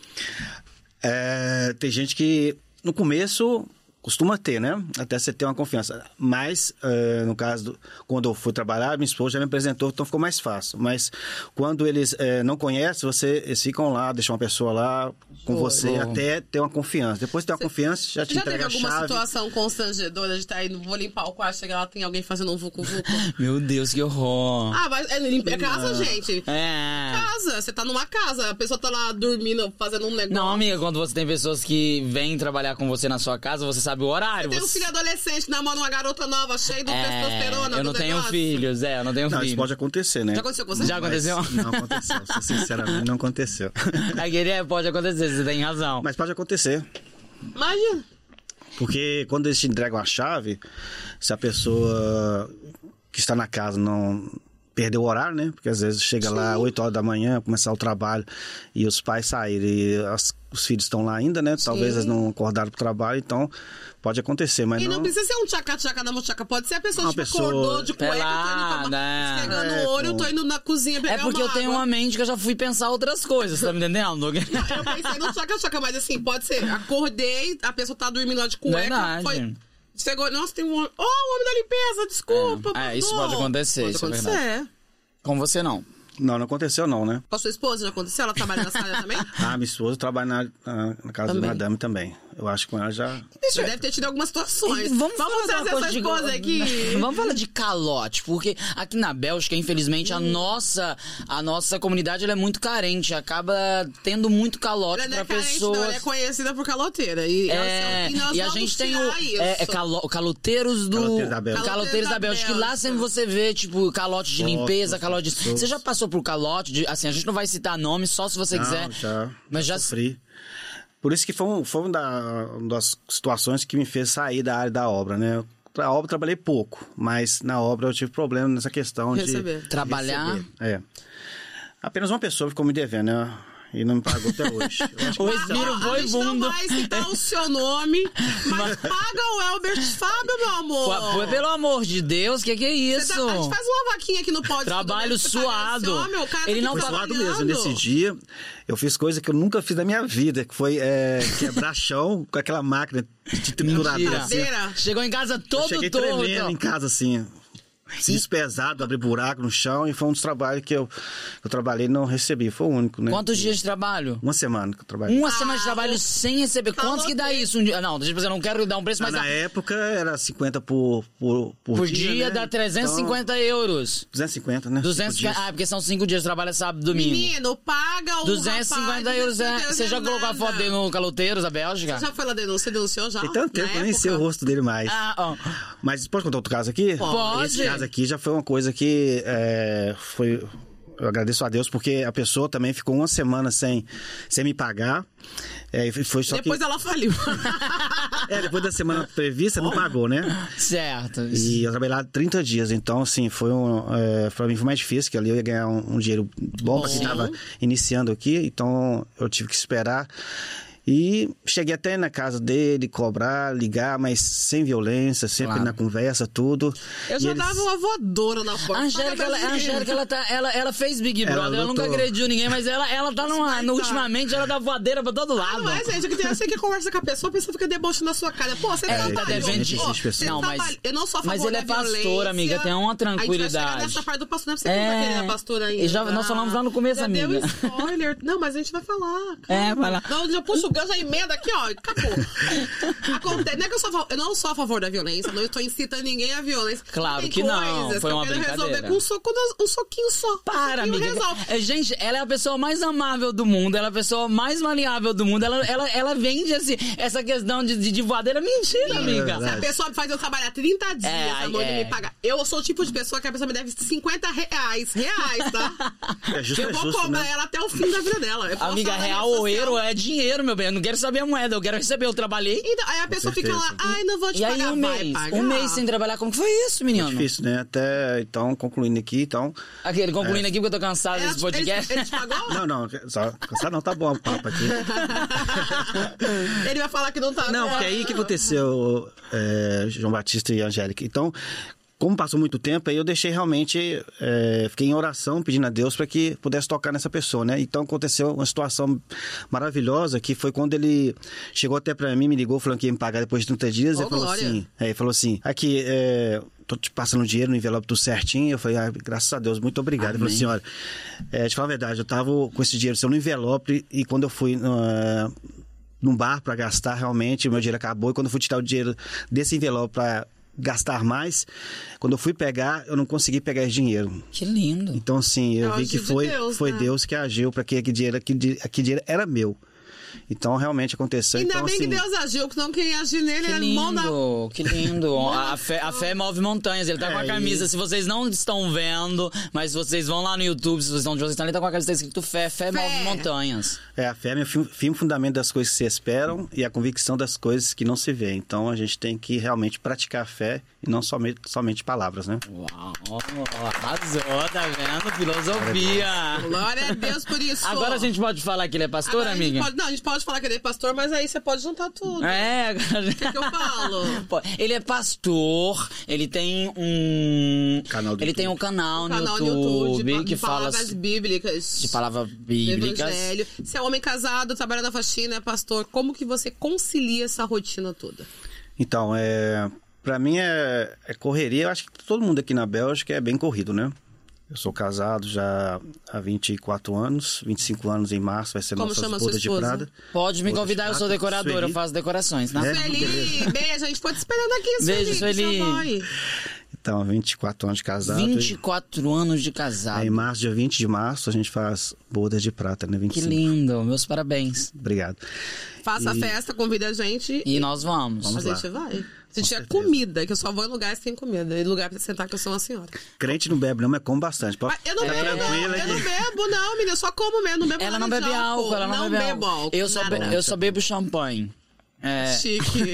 Speaker 3: É, tem gente que no começo costuma ter, né? Até você ter uma confiança. Mas, é, no caso, do- quando eu fui trabalhar, minha esposa já me apresentou, então ficou mais fácil. Mas quando eles é, não conhecem, você, eles ficam lá, deixam uma pessoa lá com você até ter uma confiança. Depois de ter uma confiança, já te
Speaker 1: Você já teve
Speaker 3: entrega a
Speaker 1: alguma
Speaker 3: chave.
Speaker 1: situação constrangedora de estar indo, vou limpar o quarto, chegar lá, tem alguém fazendo um vucu-vucu?
Speaker 2: Meu Deus, que horror.
Speaker 1: ah, mas é, limpa é casa, gente.
Speaker 2: É.
Speaker 1: Casa, você tá numa casa, a pessoa tá lá dormindo, fazendo um negócio.
Speaker 2: Não, amiga, quando você tem pessoas que vêm trabalhar com você na sua casa, você sabe o horário.
Speaker 1: Tem um
Speaker 2: você-
Speaker 1: filho adolescente, namora uma garota nova, cheia do
Speaker 2: é,
Speaker 1: testosterona.
Speaker 2: eu não
Speaker 1: do
Speaker 2: tenho
Speaker 1: negócio.
Speaker 2: filhos, é, eu não tenho
Speaker 3: Não, isso
Speaker 2: filhos.
Speaker 3: pode acontecer, né?
Speaker 1: assim? Já aconteceu com você?
Speaker 2: Já
Speaker 3: Mas
Speaker 2: aconteceu?
Speaker 3: Não aconteceu, sinceramente, não aconteceu.
Speaker 2: Aquele é, pode acontecer, você tem razão.
Speaker 3: Mas pode acontecer.
Speaker 1: Imagina.
Speaker 3: Porque quando eles te entregam a chave, se a pessoa que está na casa não perdeu o horário, né? Porque às vezes chega lá 8 horas da manhã, começar o trabalho e os pais saírem e as- os filhos estão lá ainda, né? Talvez eles não acordaram pro trabalho, então pode acontecer, mas
Speaker 1: E
Speaker 3: É não...
Speaker 1: não precisa ser um tchaca-tchaca na mochaca. Pode ser a pessoa
Speaker 3: Uma
Speaker 1: que tipo,
Speaker 3: pessoa
Speaker 1: acordou de cueca, tô indo pra...
Speaker 2: pelada.
Speaker 1: esfregando
Speaker 3: É,
Speaker 1: o olho,
Speaker 3: pô.
Speaker 1: tô indo na cozinha pegar
Speaker 2: É porque
Speaker 1: uma
Speaker 2: eu tenho
Speaker 1: água.
Speaker 2: uma mente que eu já fui pensar outras coisas, tá me entendendo?
Speaker 1: Eu pensei no tchaca-tchaca, mas assim, pode ser. Acordei, a pessoa tá dormindo lá de cueca.
Speaker 2: Verdade.
Speaker 1: Foi... Chegou, nossa, tem um homem. Oh, o homem da limpeza, desculpa.
Speaker 2: É, é, isso
Speaker 1: perdão.
Speaker 2: pode acontecer, isso é
Speaker 1: acontecer.
Speaker 2: com você não.
Speaker 3: Não, não aconteceu não, né?
Speaker 1: Com a sua esposa já aconteceu? Ela trabalha nessa área também?
Speaker 3: Ah, minha esposa trabalha na, na- na casa
Speaker 1: Também.
Speaker 3: do madame também. Eu acho que com ela já.
Speaker 1: Você deve ter tido algumas situações.
Speaker 2: Vamos, falar de
Speaker 1: trazer
Speaker 2: uma coisa
Speaker 1: essas
Speaker 2: de...
Speaker 1: coisas aqui.
Speaker 2: Vamos falar de calote, porque aqui na Bélgica, infelizmente,
Speaker 1: Hum.
Speaker 2: a nossa a nossa comunidade ela é muito carente, acaba tendo muito calote
Speaker 1: Ela não
Speaker 2: pra
Speaker 1: é carente,
Speaker 2: pessoas.
Speaker 1: não. Ela é conhecida por caloteira. E,
Speaker 2: É,
Speaker 1: e nós
Speaker 2: e a
Speaker 1: vamos
Speaker 2: gente tem o
Speaker 1: tirar isso.
Speaker 2: é, é calo- caloteiros do
Speaker 3: Caloteiros da Bélgica.
Speaker 2: caloteiros da Bélgica. Que lá sempre você vê tipo calote de
Speaker 3: Fotos,
Speaker 2: limpeza, calote. De...
Speaker 3: pessoas.
Speaker 2: Você já passou por calote? de- assim, a gente não vai citar nome, só se você
Speaker 3: Não,
Speaker 2: quiser.
Speaker 3: já.
Speaker 2: é. mas já
Speaker 3: sofri. Por isso que foi, um- foi uma, da- uma das situações que me fez sair da área da obra, né? Na obra eu trabalhei pouco, mas na obra eu tive problema nessa questão
Speaker 1: Receber.
Speaker 3: de
Speaker 2: Trabalhar.
Speaker 3: receber. É. Apenas uma pessoa ficou me devendo, né? E não me pagou até hoje. Eu acho que-
Speaker 2: o Esmiro
Speaker 1: Ah, a
Speaker 2: foi
Speaker 1: gente não
Speaker 2: bundo.
Speaker 1: vai citar o seu nome, mas paga o Elbert Fábio, meu amor.
Speaker 2: Pô, Pelo amor de Deus, que que é
Speaker 1: Você
Speaker 2: isso?
Speaker 1: tá- a gente faz uma vaquinha aqui no pódio. todo
Speaker 2: Trabalho
Speaker 1: mês pra pagar esse
Speaker 2: suado.
Speaker 1: tá homem, o cara tá
Speaker 2: Ele
Speaker 1: aqui
Speaker 2: não
Speaker 3: Foi
Speaker 2: tá
Speaker 3: suado
Speaker 1: trabalhando.
Speaker 3: mesmo. Nesse dia, eu fiz coisa que eu nunca fiz na minha vida, que foi é, quebrar chão com aquela máquina de trituradora.
Speaker 2: Mentira.
Speaker 3: Assim. Eu
Speaker 1: Cadeira.
Speaker 2: Chegou em casa todo
Speaker 3: cheguei
Speaker 2: torto.
Speaker 3: tremendo
Speaker 2: ó.
Speaker 3: em casa, assim, fiz pesado, abri buraco no chão, e foi um dos trabalhos que eu, eu trabalhei e não recebi. Foi o único, né?
Speaker 2: Quantos dias de trabalho?
Speaker 3: Uma semana que eu trabalhei.
Speaker 2: Uma
Speaker 1: Ah,
Speaker 2: semana de trabalho sem receber. Quantos que dá isso? Um dia? Não, tipo, eu não quero dar um preço, mas
Speaker 3: na
Speaker 2: dá-
Speaker 3: época era 50 por, por, Ah, é por,
Speaker 2: por dia,
Speaker 3: né?
Speaker 2: dá 350 euros.
Speaker 3: Então, 250, né?
Speaker 2: 250, ah, porque são cinco dias de trabalho, é sábado e domingo.
Speaker 1: Menino, paga o
Speaker 2: 250
Speaker 1: rapaz,
Speaker 2: euros, é.
Speaker 1: 250
Speaker 2: Você já
Speaker 1: euros é
Speaker 2: colocou a foto
Speaker 1: nada.
Speaker 2: dele no Caloteiros, da Bélgica?
Speaker 1: Já foi lá denunciar? Você denunciou já?
Speaker 3: Tem tanto tempo que eu nem sei o rosto dele mais.
Speaker 2: Ah, ó.
Speaker 3: Mas pode contar outro caso aqui?
Speaker 2: Pode.
Speaker 3: Esse caso aqui já foi uma coisa que é, foi. Eu agradeço a Deus porque a pessoa também ficou uma semana sem, sem me pagar. É, e foi só
Speaker 1: Depois
Speaker 3: que,
Speaker 1: ela faliu.
Speaker 3: é, depois da semana prevista, não pagou, né?
Speaker 2: Certo.
Speaker 3: E eu trabalhei lá 30 dias, então, assim, foi um. É, pra mim foi mais difícil, que ali eu ia ganhar um, um dinheiro bom, porque tava iniciando aqui, então eu tive que esperar. E cheguei até na casa dele, cobrar, ligar, mas sem violência, sempre
Speaker 2: Claro.
Speaker 3: na conversa, tudo.
Speaker 1: Eu
Speaker 3: E
Speaker 1: já
Speaker 3: eles-
Speaker 1: dava uma voadora na porta.
Speaker 2: A Angélica, ela, a Angélica, ela, tá, ela, ela fez Big
Speaker 3: Ela
Speaker 2: Brother, ela, nunca
Speaker 3: lutou.
Speaker 2: agrediu ninguém, mas ela, ela tá numa. no-
Speaker 1: tá.
Speaker 2: ultimamente, ela dá voadeira pra todo lado.
Speaker 1: Não é, gente, que tem assim que conversa com a pessoa, a pessoa fica debochando na sua cara. Pô, você
Speaker 2: É,
Speaker 1: trabalhou.
Speaker 2: tá devendo de-
Speaker 1: Pô, você
Speaker 3: existe
Speaker 2: Não, mas-
Speaker 1: trabalha- Eu não sou a
Speaker 2: mas
Speaker 1: favor
Speaker 2: ele é
Speaker 1: da
Speaker 2: pastor,
Speaker 1: violência.
Speaker 2: amiga, tem
Speaker 1: A gente
Speaker 2: uma
Speaker 1: vai chegar
Speaker 2: tranquilidade.
Speaker 1: nessa parte do pastor, né? Você não vai
Speaker 2: É.
Speaker 1: querer na pastora ainda.
Speaker 2: E já- nós falamos lá no começo,
Speaker 1: já deu
Speaker 2: amiga.
Speaker 1: spoiler. Não, mas a gente vai falar.
Speaker 2: É, vai lá.
Speaker 1: Não, já puxa o gancho, já emenda aqui, ó. Acabou. Acontece. Não é que eu, sou a favor, eu não sou a favor da violência, não estou incitando ninguém à violência.
Speaker 2: Claro
Speaker 1: Tem
Speaker 2: que não,
Speaker 1: coisas
Speaker 2: foi
Speaker 1: que eu
Speaker 2: uma
Speaker 1: quero resolver
Speaker 2: brincadeira.
Speaker 1: com um, soco, no- um soquinho só.
Speaker 2: Para,
Speaker 1: um soquinho
Speaker 2: amiga.
Speaker 1: Resolve.
Speaker 2: É, Gente, ela é a pessoa mais amável do mundo, ela é a pessoa mais maleável do mundo. Ela, ela, ela vende esse- essa questão de, de, de voadeira. Mentira,
Speaker 1: É
Speaker 2: amiga.
Speaker 1: Se a pessoa faz eu trabalhar 30 dias,
Speaker 2: É,
Speaker 1: a amor,
Speaker 2: é.
Speaker 1: de me pagar. Eu sou o tipo de pessoa que a pessoa me deve 50 reais. Reais, tá?
Speaker 3: É justo,
Speaker 1: eu
Speaker 3: é
Speaker 1: vou
Speaker 3: justo,
Speaker 1: cobrar
Speaker 3: né?
Speaker 1: ela até o fim da vida dela. Eu posso
Speaker 2: Amiga,
Speaker 1: falar na
Speaker 2: real
Speaker 1: rede
Speaker 2: ou
Speaker 1: social.
Speaker 2: euro é dinheiro, meu bem. Eu não quero saber a moeda, eu quero receber. Eu trabalhei.
Speaker 1: Então, aí a pessoa fica lá,
Speaker 3: certeza.
Speaker 1: ai, não vou te
Speaker 2: E aí,
Speaker 1: pagar.
Speaker 2: um
Speaker 1: Vai
Speaker 2: mês.
Speaker 1: pagar.
Speaker 2: Um mês sem trabalhar. Como que foi isso, menino?
Speaker 3: Difícil, né? Até então, concluindo aqui, então.
Speaker 1: É.
Speaker 2: Aquele, concluindo aqui, porque eu tô cansado
Speaker 1: Ela-
Speaker 2: desse podcast.
Speaker 1: Ele, ele te pagou?
Speaker 3: Não, não, só cansado não, tá bom o papo aqui.
Speaker 1: ele vai falar que não tá.
Speaker 3: Não,
Speaker 2: é
Speaker 3: porque aí o que aconteceu, é, João Batista e Angélica? Então, como passou muito tempo, aí eu deixei realmente, é, fiquei em oração pedindo a Deus para que pudesse tocar nessa pessoa, né? Então aconteceu uma situação maravilhosa que foi quando ele chegou até para mim, me ligou falando que ia me pagar depois de 30 dias.
Speaker 1: Ô,
Speaker 3: ele falou
Speaker 1: glória.
Speaker 3: assim: é, ele falou assim, aqui, é, tô te passando o dinheiro no envelope tudo certinho. Eu falei, ah, graças a Deus, muito obrigado. Ele falou assim, olha, é, te falar a verdade, eu tava com esse dinheiro seu no envelope e quando eu fui ah, num bar para gastar realmente, o meu dinheiro acabou. E quando eu fui tirar o dinheiro desse envelope para gastar mais, quando eu fui pegar, eu não consegui pegar esse dinheiro.
Speaker 2: Que lindo.
Speaker 3: Então, assim,
Speaker 1: É
Speaker 3: eu
Speaker 1: o
Speaker 3: vi
Speaker 1: agir
Speaker 3: que
Speaker 1: de
Speaker 3: foi
Speaker 1: Deus,
Speaker 3: Deus, foi
Speaker 1: né?
Speaker 3: Deus que agiu para que aquele dinheiro, aquele, di- aquele dinheiro era meu. Então, realmente aconteceu.
Speaker 1: Ainda
Speaker 3: então,
Speaker 1: bem
Speaker 3: assim,
Speaker 1: que Deus agiu, que não quem agir nele
Speaker 2: Que
Speaker 1: é mão na.
Speaker 2: lindo, que lindo. A a fé, a fé move montanhas. Ele tá com a
Speaker 3: É,
Speaker 2: camisa. Se vocês não estão vendo, mas se vocês vão lá no YouTube, se vocês estão de onde vocês estão, ele tá com a camisa tá escrito fé, fé, move montanhas.
Speaker 3: É, a fé é o fi- firme fundamento das coisas que se esperam e a convicção das coisas que não se vê. Então, a gente tem que realmente praticar a fé e não somente, somente palavras, né?
Speaker 2: Uau, arrasou, tá vendo? Filosofia.
Speaker 1: Glória a Deus por isso.
Speaker 2: Agora a gente pode falar que ele é pastor,
Speaker 1: Agora a gente
Speaker 2: amiga?
Speaker 1: pode- não, a gente pode falar que ele é pastor, mas aí você pode juntar tudo.
Speaker 2: É, agora.
Speaker 1: que que eu falo?
Speaker 2: Pô, Ele é pastor, ele tem um.
Speaker 3: Canal do
Speaker 2: ele
Speaker 3: YouTube.
Speaker 2: tem um canal,
Speaker 1: Um
Speaker 2: no
Speaker 1: canal no
Speaker 2: YouTube,
Speaker 1: YouTube, de pa-
Speaker 2: que
Speaker 1: de
Speaker 2: fala
Speaker 1: palavras bíblicas.
Speaker 2: de palavras bíblicas.
Speaker 1: Evangelho. Se é homem casado, trabalha na faxina, é pastor, como que você concilia essa rotina toda?
Speaker 3: Então, é, para mim é, é correria. Eu acho que todo mundo aqui na Bélgica é bem corrido, né? Eu sou casado já há 24 anos, 25 anos em março, vai ser
Speaker 1: Como
Speaker 3: nossa
Speaker 1: chama
Speaker 3: esposa,
Speaker 1: sua
Speaker 3: de
Speaker 1: esposa?
Speaker 3: Prada.
Speaker 2: Pode me
Speaker 3: Vou
Speaker 2: convidar, eu
Speaker 3: deixar
Speaker 2: sou
Speaker 3: com
Speaker 2: decorador, eu
Speaker 3: Sueli.
Speaker 2: faço tá? decoração, senão...
Speaker 3: É?
Speaker 1: Sueli, beijo. A gente pode te esperando aqui, Sueli.
Speaker 2: Beijo,
Speaker 1: que
Speaker 2: Sueli.
Speaker 1: chamou aí.
Speaker 3: Então, 24 anos de casado. e-
Speaker 2: 24 anos de
Speaker 3: Aí,
Speaker 2: casado.
Speaker 3: Em março, dia 20 de março, a gente faz bodas de prata, né?
Speaker 2: Que
Speaker 3: 25.
Speaker 2: lindo, meus parabéns.
Speaker 3: Obrigado.
Speaker 1: Faça a
Speaker 3: E-
Speaker 1: festa, convida a gente.
Speaker 2: E nós vamos.
Speaker 1: a
Speaker 3: Vamos lá.
Speaker 1: gente vai. Se
Speaker 3: Com
Speaker 1: tiver
Speaker 3: certeza.
Speaker 1: comida, que eu só vou em lugares que tem comida. E lugar pra sentar, que eu sou uma senhora.
Speaker 3: Crente não bebe, não, mas come bastante. Pode
Speaker 1: Mas eu não
Speaker 3: ficar
Speaker 1: bebo, não.
Speaker 3: tranquila
Speaker 1: Eu
Speaker 3: que-
Speaker 1: não bebo, não, menina. Eu só como mesmo. Não bebo
Speaker 2: é Ela
Speaker 1: nada
Speaker 2: não
Speaker 1: de
Speaker 2: bebe álcool, ela não,
Speaker 1: não
Speaker 2: bebe
Speaker 1: bebo
Speaker 2: álcool.
Speaker 1: álcool.
Speaker 2: Eu só, be-
Speaker 1: nada.
Speaker 2: eu só bebo champanhe. É.
Speaker 1: Chique.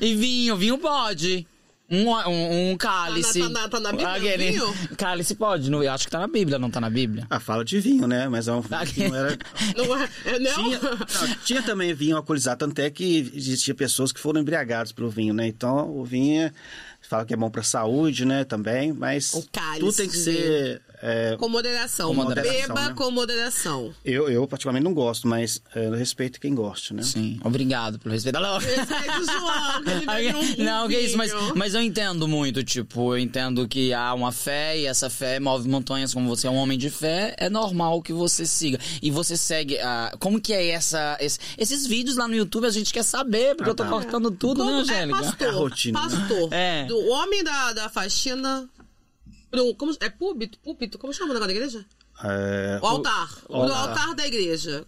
Speaker 2: E vinho, vinho pode. Um, um, um cálice.
Speaker 1: Tá na- tá na- tá na Bíblia,
Speaker 2: Aquele-
Speaker 1: vinho?
Speaker 2: Cálice pode, não, eu acho que tá na Bíblia, não tá na Bíblia.
Speaker 3: Ah, fala de vinho, né? Mas é um-
Speaker 1: Tá
Speaker 3: não era...
Speaker 1: não é? é não?
Speaker 3: Tinha, não, tinha também vinho alcoolizado, tanto é que existia pessoas que foram embriagadas pelo vinho, né? Então, o vinho fala que é bom pra saúde, né? Também, mas
Speaker 1: O cálice
Speaker 3: tudo tem que
Speaker 1: de
Speaker 3: ser... é,
Speaker 1: Com moderação.
Speaker 2: Com moderação,
Speaker 1: Beba
Speaker 3: né?
Speaker 1: com moderação.
Speaker 3: eu, eu, particularmente, não gosto, mas é, eu respeito quem gosta, né?
Speaker 2: Sim. Obrigado pelo respeito. Alô?
Speaker 1: Respeito, João, que ele bebe um
Speaker 2: não, que isso, mas,
Speaker 1: vinho.
Speaker 2: mas eu entendo muito, tipo, eu entendo que há uma fé e essa fé move montanhas, como você é um homem de fé, é normal que você siga. E você segue, a, como que é essa, esse- esses vídeos lá no YouTube, a gente quer saber, porque
Speaker 3: Ah,
Speaker 2: eu tô
Speaker 3: tá.
Speaker 2: cortando tudo,
Speaker 1: Como-
Speaker 2: né,
Speaker 1: é
Speaker 2: Angélica?
Speaker 1: pastor.
Speaker 3: É a rotina, né?
Speaker 1: Pastor.
Speaker 2: É.
Speaker 1: Do homem da, da faxina. Pro, como, é púlpito? Púlpito? Como chama o negócio da igreja?
Speaker 3: É,
Speaker 1: O altar. O
Speaker 3: altar.
Speaker 1: altar da igreja.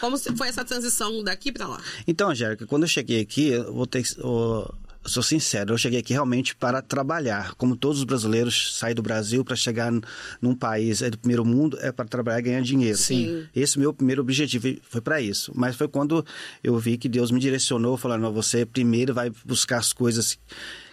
Speaker 1: Como se- foi essa transição daqui pra lá?
Speaker 3: Então, Angélica, quando eu cheguei aqui, eu vou ter que- eu- eu sou sincero, eu cheguei aqui realmente para trabalhar. Como todos os brasileiros saem do Brasil para chegar n- num país é, do primeiro mundo, é para trabalhar e ganhar dinheiro.
Speaker 2: Sim.
Speaker 3: Esse meu primeiro objetivo e foi para isso. Mas foi quando eu vi que Deus me direcionou, falando: "Não, você primeiro vai buscar as coisas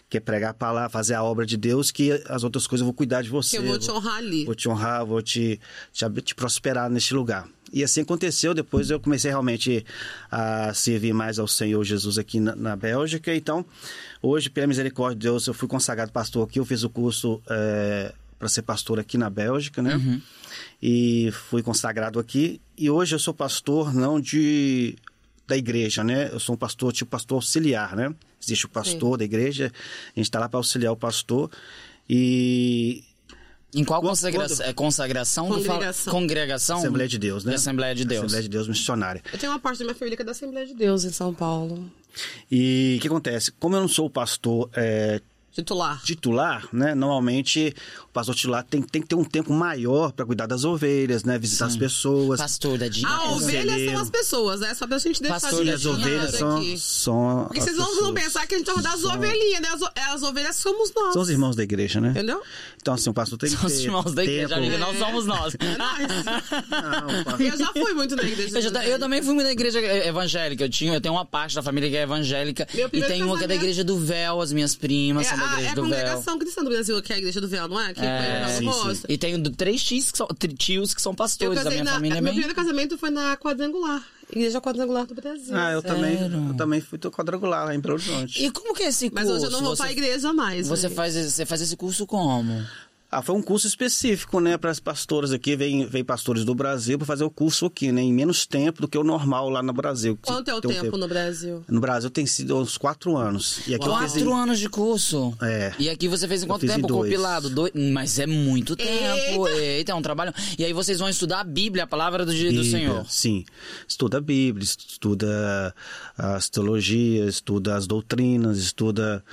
Speaker 3: que é pregar a palavra, fazer a obra de Deus, que as outras coisas eu vou cuidar de você.
Speaker 1: Que eu vou te honrar ali.
Speaker 3: Vou te honrar, vou te, te, ab- te prosperar neste lugar. E assim aconteceu. Depois eu comecei realmente a servir mais ao Senhor Jesus aqui na, na Bélgica. Então, hoje, pela misericórdia de Deus, eu fui consagrado pastor aqui. Eu fiz o curso para ser pastor aqui na Bélgica, né? E fui consagrado aqui. E hoje eu sou pastor não de da igreja, né? Eu sou um pastor, tipo pastor auxiliar, né? Existe o pastor da igreja, a gente está lá para auxiliar o pastor. E
Speaker 2: Em qual
Speaker 3: Quando-
Speaker 2: consagra
Speaker 3: quando-
Speaker 2: é consagração? que fala-
Speaker 1: Congregação.
Speaker 2: Congregação?
Speaker 3: Assembleia de Deus, né?
Speaker 2: Assembleia de Deus.
Speaker 3: Assembleia de Deus missionária.
Speaker 1: Eu tenho uma parte da minha família que é da Assembleia de Deus em São Paulo.
Speaker 3: E o que acontece? Como eu não sou o pastor é,
Speaker 1: Titular.
Speaker 3: titular, né? Normalmente o pastor titular tem, tem que ter um tempo maior para cuidar das ovelhas, né? Visitar as pessoas.
Speaker 2: Pastor é da Dina.
Speaker 1: A ovelha Ah, são
Speaker 3: conselheiro.
Speaker 1: as pessoas, né? Só pra gente deixar
Speaker 2: Pastor
Speaker 1: de
Speaker 2: e
Speaker 3: As
Speaker 2: Ovelhas
Speaker 3: ovelhas são,
Speaker 1: aqui.
Speaker 3: são
Speaker 1: Porque
Speaker 3: as
Speaker 1: vocês não vão
Speaker 3: pessoas.
Speaker 1: pensar que a gente tá rodando as
Speaker 3: São-
Speaker 1: ovelhinhas, né? As, o- as ovelhas somos nós.
Speaker 3: São os irmãos da igreja, né?
Speaker 1: Entendeu?
Speaker 3: Então, assim, o pastor tem que
Speaker 2: São
Speaker 3: ter
Speaker 2: os irmãos da igreja, né?
Speaker 3: tempo.
Speaker 2: amiga. Não somos nós.
Speaker 1: É
Speaker 3: Não, o pastor-
Speaker 1: Eu já fui muito na igreja.
Speaker 2: Eu, já ta- eu também fui muito na igreja eh, evangélica. Eu, tinha, eu tenho uma parte da família que é evangélica.
Speaker 1: Meu
Speaker 2: E
Speaker 1: primeiro
Speaker 2: tem uma que é da
Speaker 1: casamento-
Speaker 2: igreja do véu, as minhas primas
Speaker 1: É
Speaker 2: são da
Speaker 1: a,
Speaker 2: igreja
Speaker 1: é a
Speaker 2: do véu.
Speaker 1: congregação cristã do Brasil, que é a igreja do véu, não é? Que
Speaker 2: É,
Speaker 1: foi
Speaker 3: sim,
Speaker 1: o
Speaker 3: sim.
Speaker 1: rosto.
Speaker 2: E tenho do- três tios que são, tri- tios que são
Speaker 1: Eu
Speaker 2: pastores da
Speaker 1: casei
Speaker 2: minha
Speaker 1: na-
Speaker 2: família. é
Speaker 1: Meu
Speaker 2: bem-
Speaker 1: primeiro casamento foi na quadrangular. Igreja quadrangular do Brasil. É.
Speaker 3: Ah, eu também,
Speaker 2: Sério?
Speaker 3: eu também fui tô quadrangular lá em Belo Horizonte.
Speaker 2: E como que é esse
Speaker 1: Mas
Speaker 2: curso?
Speaker 1: hoje eu não vou
Speaker 2: você,
Speaker 1: pra igreja mais.
Speaker 2: você
Speaker 1: né?
Speaker 2: faz, esse- você faz esse curso como?
Speaker 3: Ah, foi um curso específico, né, para as pastoras aqui, vem, vem pastores do Brasil para fazer o curso aqui, né, em menos tempo do que o normal lá no Brasil. que
Speaker 1: Quanto é o
Speaker 3: tem um
Speaker 1: tempo no Brasil?
Speaker 3: No Brasil tem sido uns quatro anos. E aqui É eu fiz em-
Speaker 2: Quatro anos de curso.
Speaker 3: É.
Speaker 2: E aqui você fez em quanto
Speaker 3: fiz em
Speaker 2: tempo?
Speaker 3: dois.
Speaker 2: Compilado? Dois. Mas é muito tempo. Eita. é um trabalho. E aí vocês vão estudar a Bíblia, a palavra do, dia do
Speaker 3: Bíblia,
Speaker 2: Senhor.
Speaker 3: Sim. Estuda a Bíblia, estuda as teologias, estuda as doutrinas, estuda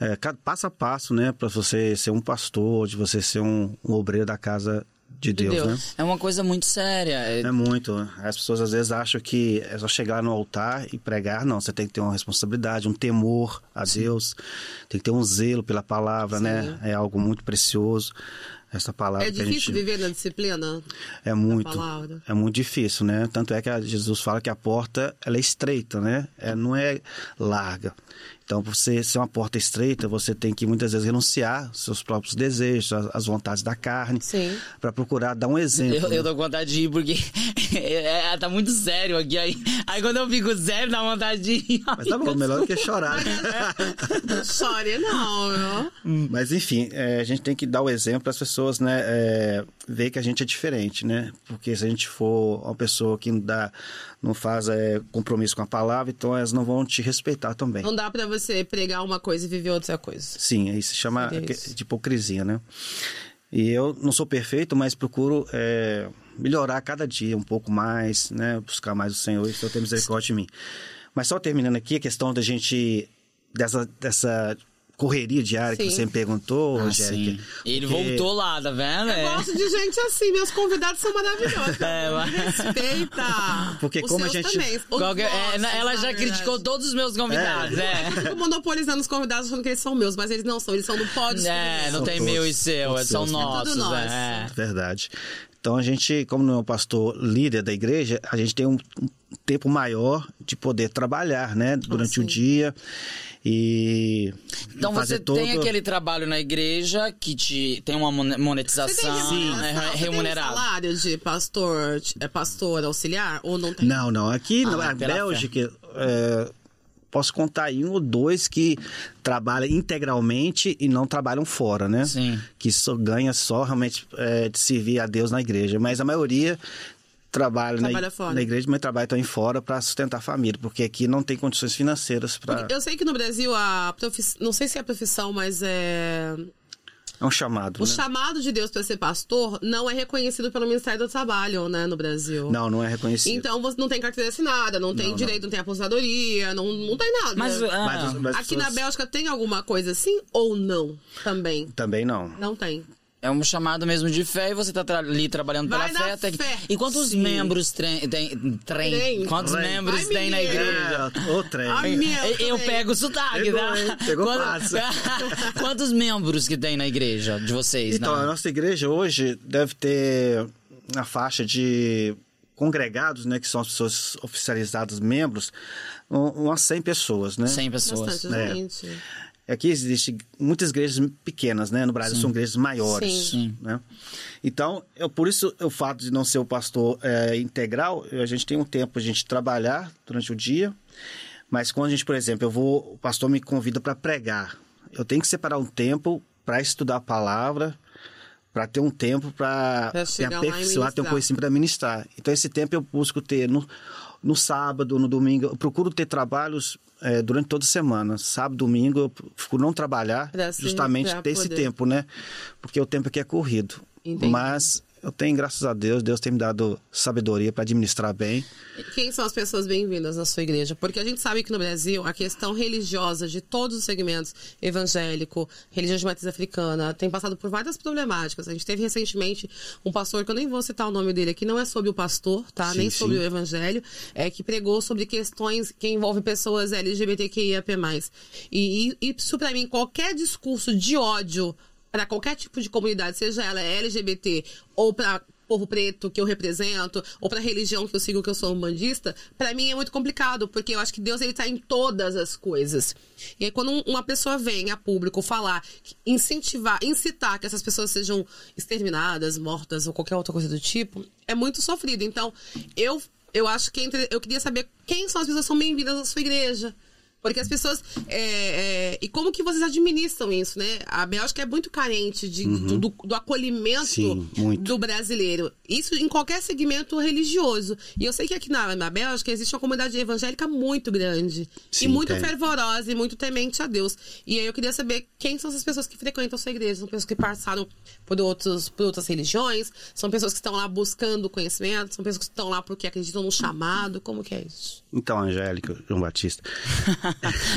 Speaker 3: é, ca- passo a passo, né, para você ser um pastor, de você ser um, um obreiro da casa de Deus, né?
Speaker 2: É uma coisa muito séria. É-
Speaker 3: É muito. né? As pessoas às vezes acham que é só chegar no altar e pregar. Não, você tem que ter uma responsabilidade, um temor a Deus. Tem que ter um zelo pela palavra, né? É algo muito precioso. Essa palavra
Speaker 1: É
Speaker 3: que a
Speaker 1: difícil
Speaker 3: gente...
Speaker 1: viver na disciplina?
Speaker 3: É muito.
Speaker 1: palavra.
Speaker 3: É muito difícil, né? Tanto é que a- Jesus fala que a porta ela é estreita, né? É, não é larga. Então, pra você ser uma porta estreita, você tem que muitas vezes renunciar aos seus próprios desejos, às às vontades da carne,
Speaker 1: Sim.
Speaker 3: para procurar dar um exemplo.
Speaker 2: Eu,
Speaker 3: né?
Speaker 2: eu tô com vontade de ir porque é, tá muito sério aqui. Aí, aí quando eu fico sério, dá vontade de ir.
Speaker 3: Mas tá bom, melhor do que chorar. né?
Speaker 1: Não chore, não, viu?
Speaker 3: Mas enfim, é, a gente tem que dar o exemplo para as pessoas, né? É, ver que a gente é diferente, né? Porque se a gente for uma pessoa que não, dá, não faz é, compromisso com a palavra, então elas não vão te respeitar também.
Speaker 1: Não dá pra você pregar uma coisa e viver outra coisa.
Speaker 3: Sim, aí se chama
Speaker 1: Seria
Speaker 3: que-
Speaker 1: isso.
Speaker 3: de hipocrisia, né? E eu não sou perfeito, mas procuro é, melhorar cada dia um pouco mais, né? Buscar mais o Senhor, então tem misericórdia em mim. Mas só terminando aqui, a questão da gente... Dessa, dessa correria diária que
Speaker 1: Sim.
Speaker 3: você me perguntou,
Speaker 2: Ah, sim.
Speaker 3: Angélica.
Speaker 2: Ele
Speaker 3: porque-
Speaker 2: voltou lá, tá vendo?
Speaker 1: Eu
Speaker 2: É.
Speaker 1: gosto de gente assim, meus convidados são maravilhosos.
Speaker 2: É,
Speaker 1: Me
Speaker 2: mas-
Speaker 1: Respeita.
Speaker 3: Porque
Speaker 1: Os
Speaker 3: como a
Speaker 1: seus
Speaker 3: gente-
Speaker 1: também. Os
Speaker 2: Qual que é? É,
Speaker 1: nossos,
Speaker 2: ela
Speaker 1: na
Speaker 2: já
Speaker 1: verdade.
Speaker 2: criticou todos os meus convidados, é.
Speaker 1: Eu fico monopolizando os convidados falando que eles são meus, mas eles não são, eles são do pódio.
Speaker 2: É, não
Speaker 3: São
Speaker 2: tem
Speaker 3: todos,
Speaker 2: meu e seu,
Speaker 3: todos
Speaker 2: é, são
Speaker 3: seus, né? É
Speaker 1: tudo
Speaker 2: nossos.
Speaker 1: nosso.
Speaker 2: é.
Speaker 3: Verdade. Então a gente, como não é um pastor líder da igreja, a gente tem um um tempo maior de poder trabalhar, né? Durante o
Speaker 1: sim.
Speaker 3: dia e
Speaker 2: Então
Speaker 3: fazer
Speaker 2: você
Speaker 3: todo...
Speaker 2: tem aquele trabalho na igreja que te tem uma mon-
Speaker 1: Você tem
Speaker 2: monetização
Speaker 1: remuneração?
Speaker 2: né,
Speaker 1: Você tem um
Speaker 2: remunerada.
Speaker 1: salário de pastor, é pastor auxiliar ou não tem?
Speaker 3: Não, não. Aqui
Speaker 2: Ah, pela
Speaker 3: na Bélgica, é, posso contar aí um ou dois que trabalham integralmente e não trabalham fora, né?
Speaker 2: Sim.
Speaker 3: Que só ganha só realmente é, de servir a Deus na igreja. Mas a maioria trabalha, na,
Speaker 1: Trabalha
Speaker 3: ig-
Speaker 1: fora.
Speaker 3: na igreja, mas trabalha também fora para sustentar a família, porque aqui não tem condições financeiras para.
Speaker 1: Eu sei que no Brasil a profissão, não sei se é profissão, mas é
Speaker 3: É um chamado.
Speaker 1: o
Speaker 3: né?
Speaker 1: chamado de Deus para ser pastor não é reconhecido pelo Ministério do Trabalho, né, no Brasil.
Speaker 3: Não, não é reconhecido.
Speaker 1: Então você não tem carteira assinada, não tem direito, não tem aposentadoria, não, não tem nada.
Speaker 2: Mas, ah,
Speaker 3: Mas os- mas as
Speaker 1: Aqui na
Speaker 3: pessoas
Speaker 1: Bélgica tem alguma coisa assim ou não? Também.
Speaker 3: Também não.
Speaker 1: Não tem.
Speaker 2: é um chamado mesmo de fé e você tá tra- ali trabalhando pela
Speaker 1: Vai na
Speaker 2: fé. tem-
Speaker 1: fé.
Speaker 2: E quantos membros tre- tem, trem-
Speaker 1: Trem.
Speaker 2: Quantos
Speaker 3: Trem.
Speaker 2: membros
Speaker 1: Vai,
Speaker 2: tem na
Speaker 1: menino.
Speaker 2: igreja?
Speaker 3: É, outra.
Speaker 1: Ah,
Speaker 3: é.
Speaker 1: meu
Speaker 2: Eu, eu
Speaker 1: também.
Speaker 2: pego o sotaque,
Speaker 3: Pegou,
Speaker 2: tá?
Speaker 3: hein? Pegou fácil.
Speaker 2: Quantos membros que tem na igreja de vocês?
Speaker 3: Então,
Speaker 2: na-
Speaker 3: a nossa igreja hoje deve ter na faixa de congregados, né, que são as pessoas oficializadas, membros, um- umas 100 pessoas, né?
Speaker 2: 100 pessoas.
Speaker 1: Bastante
Speaker 3: É.
Speaker 1: gente.
Speaker 3: Aqui existem muitas igrejas pequenas, né? No Brasil são igrejas maiores,
Speaker 1: Sim.
Speaker 2: Sim.
Speaker 3: né? Então, eu, por isso o fato de não ser o pastor é, integral, eu- a gente tem um tempo a gente trabalhar durante o dia, mas quando a gente, por exemplo, eu vou, o pastor me convida para pregar, eu tenho que separar um tempo para estudar a palavra, para ter um tempo para
Speaker 1: Pra
Speaker 3: me
Speaker 1: chegar lá e
Speaker 3: aperfeiçoar, ter um
Speaker 1: ministrar.
Speaker 3: conhecimento para ministrar. Então, esse tempo eu busco ter no, no sábado, no domingo. Eu procuro ter trabalhos eh, durante toda a semana. Sábado, domingo, eu procuro não trabalhar
Speaker 1: Pra se-
Speaker 3: justamente
Speaker 1: pra
Speaker 3: ter esse
Speaker 1: poder.
Speaker 3: tempo, né? Porque o tempo aqui é corrido.
Speaker 1: Entendi.
Speaker 3: Mas eu tenho, graças a Deus, Deus tem me dado sabedoria para administrar bem.
Speaker 1: Quem são as pessoas bem-vindas na sua igreja? Porque a gente sabe que no Brasil a questão religiosa de todos os segmentos, evangélico, religião de matriz africana, tem passado por várias problemáticas. A gente teve recentemente um pastor, que eu nem vou citar o nome dele aqui, não é sobre o pastor, tá?
Speaker 3: Sim,
Speaker 1: nem
Speaker 3: sim.
Speaker 1: sobre o evangelho, é que pregou sobre questões que envolvem pessoas LGBTQIAP+. E, e isso pra mim, qualquer discurso de ódio para qualquer tipo de comunidade, seja ela LGBT ou para povo preto que eu represento, ou pra religião que eu sigo, que eu sou umbandista, pra mim é muito complicado, porque eu acho que Deus ele tá em todas as coisas. E aí quando um- uma pessoa vem a público falar, incentivar, incitar que essas pessoas sejam exterminadas, mortas ou qualquer outra coisa do tipo, é muito sofrido. Então, eu eu acho que entre- eu queria saber quem são as pessoas que são bem-vindas à sua igreja. Porque as pessoas. é, é, e como que vocês administram isso, né? A Bélgica é muito carente de, do, do acolhimento
Speaker 3: Uhum. Sim, muito.
Speaker 1: do brasileiro. Isso em qualquer segmento religioso. E eu sei que aqui na, na Bélgica existe uma comunidade evangélica muito grande.
Speaker 3: Sim,
Speaker 1: e muito
Speaker 3: tem.
Speaker 1: fervorosa e muito temente a Deus. E aí eu queria saber quem são essas pessoas que frequentam sua igreja. São pessoas que passaram por, outros, por outras religiões? São pessoas que estão lá buscando conhecimento? São pessoas que estão lá porque acreditam no chamado? Como que é isso?
Speaker 3: Então, Angélica, João Batista,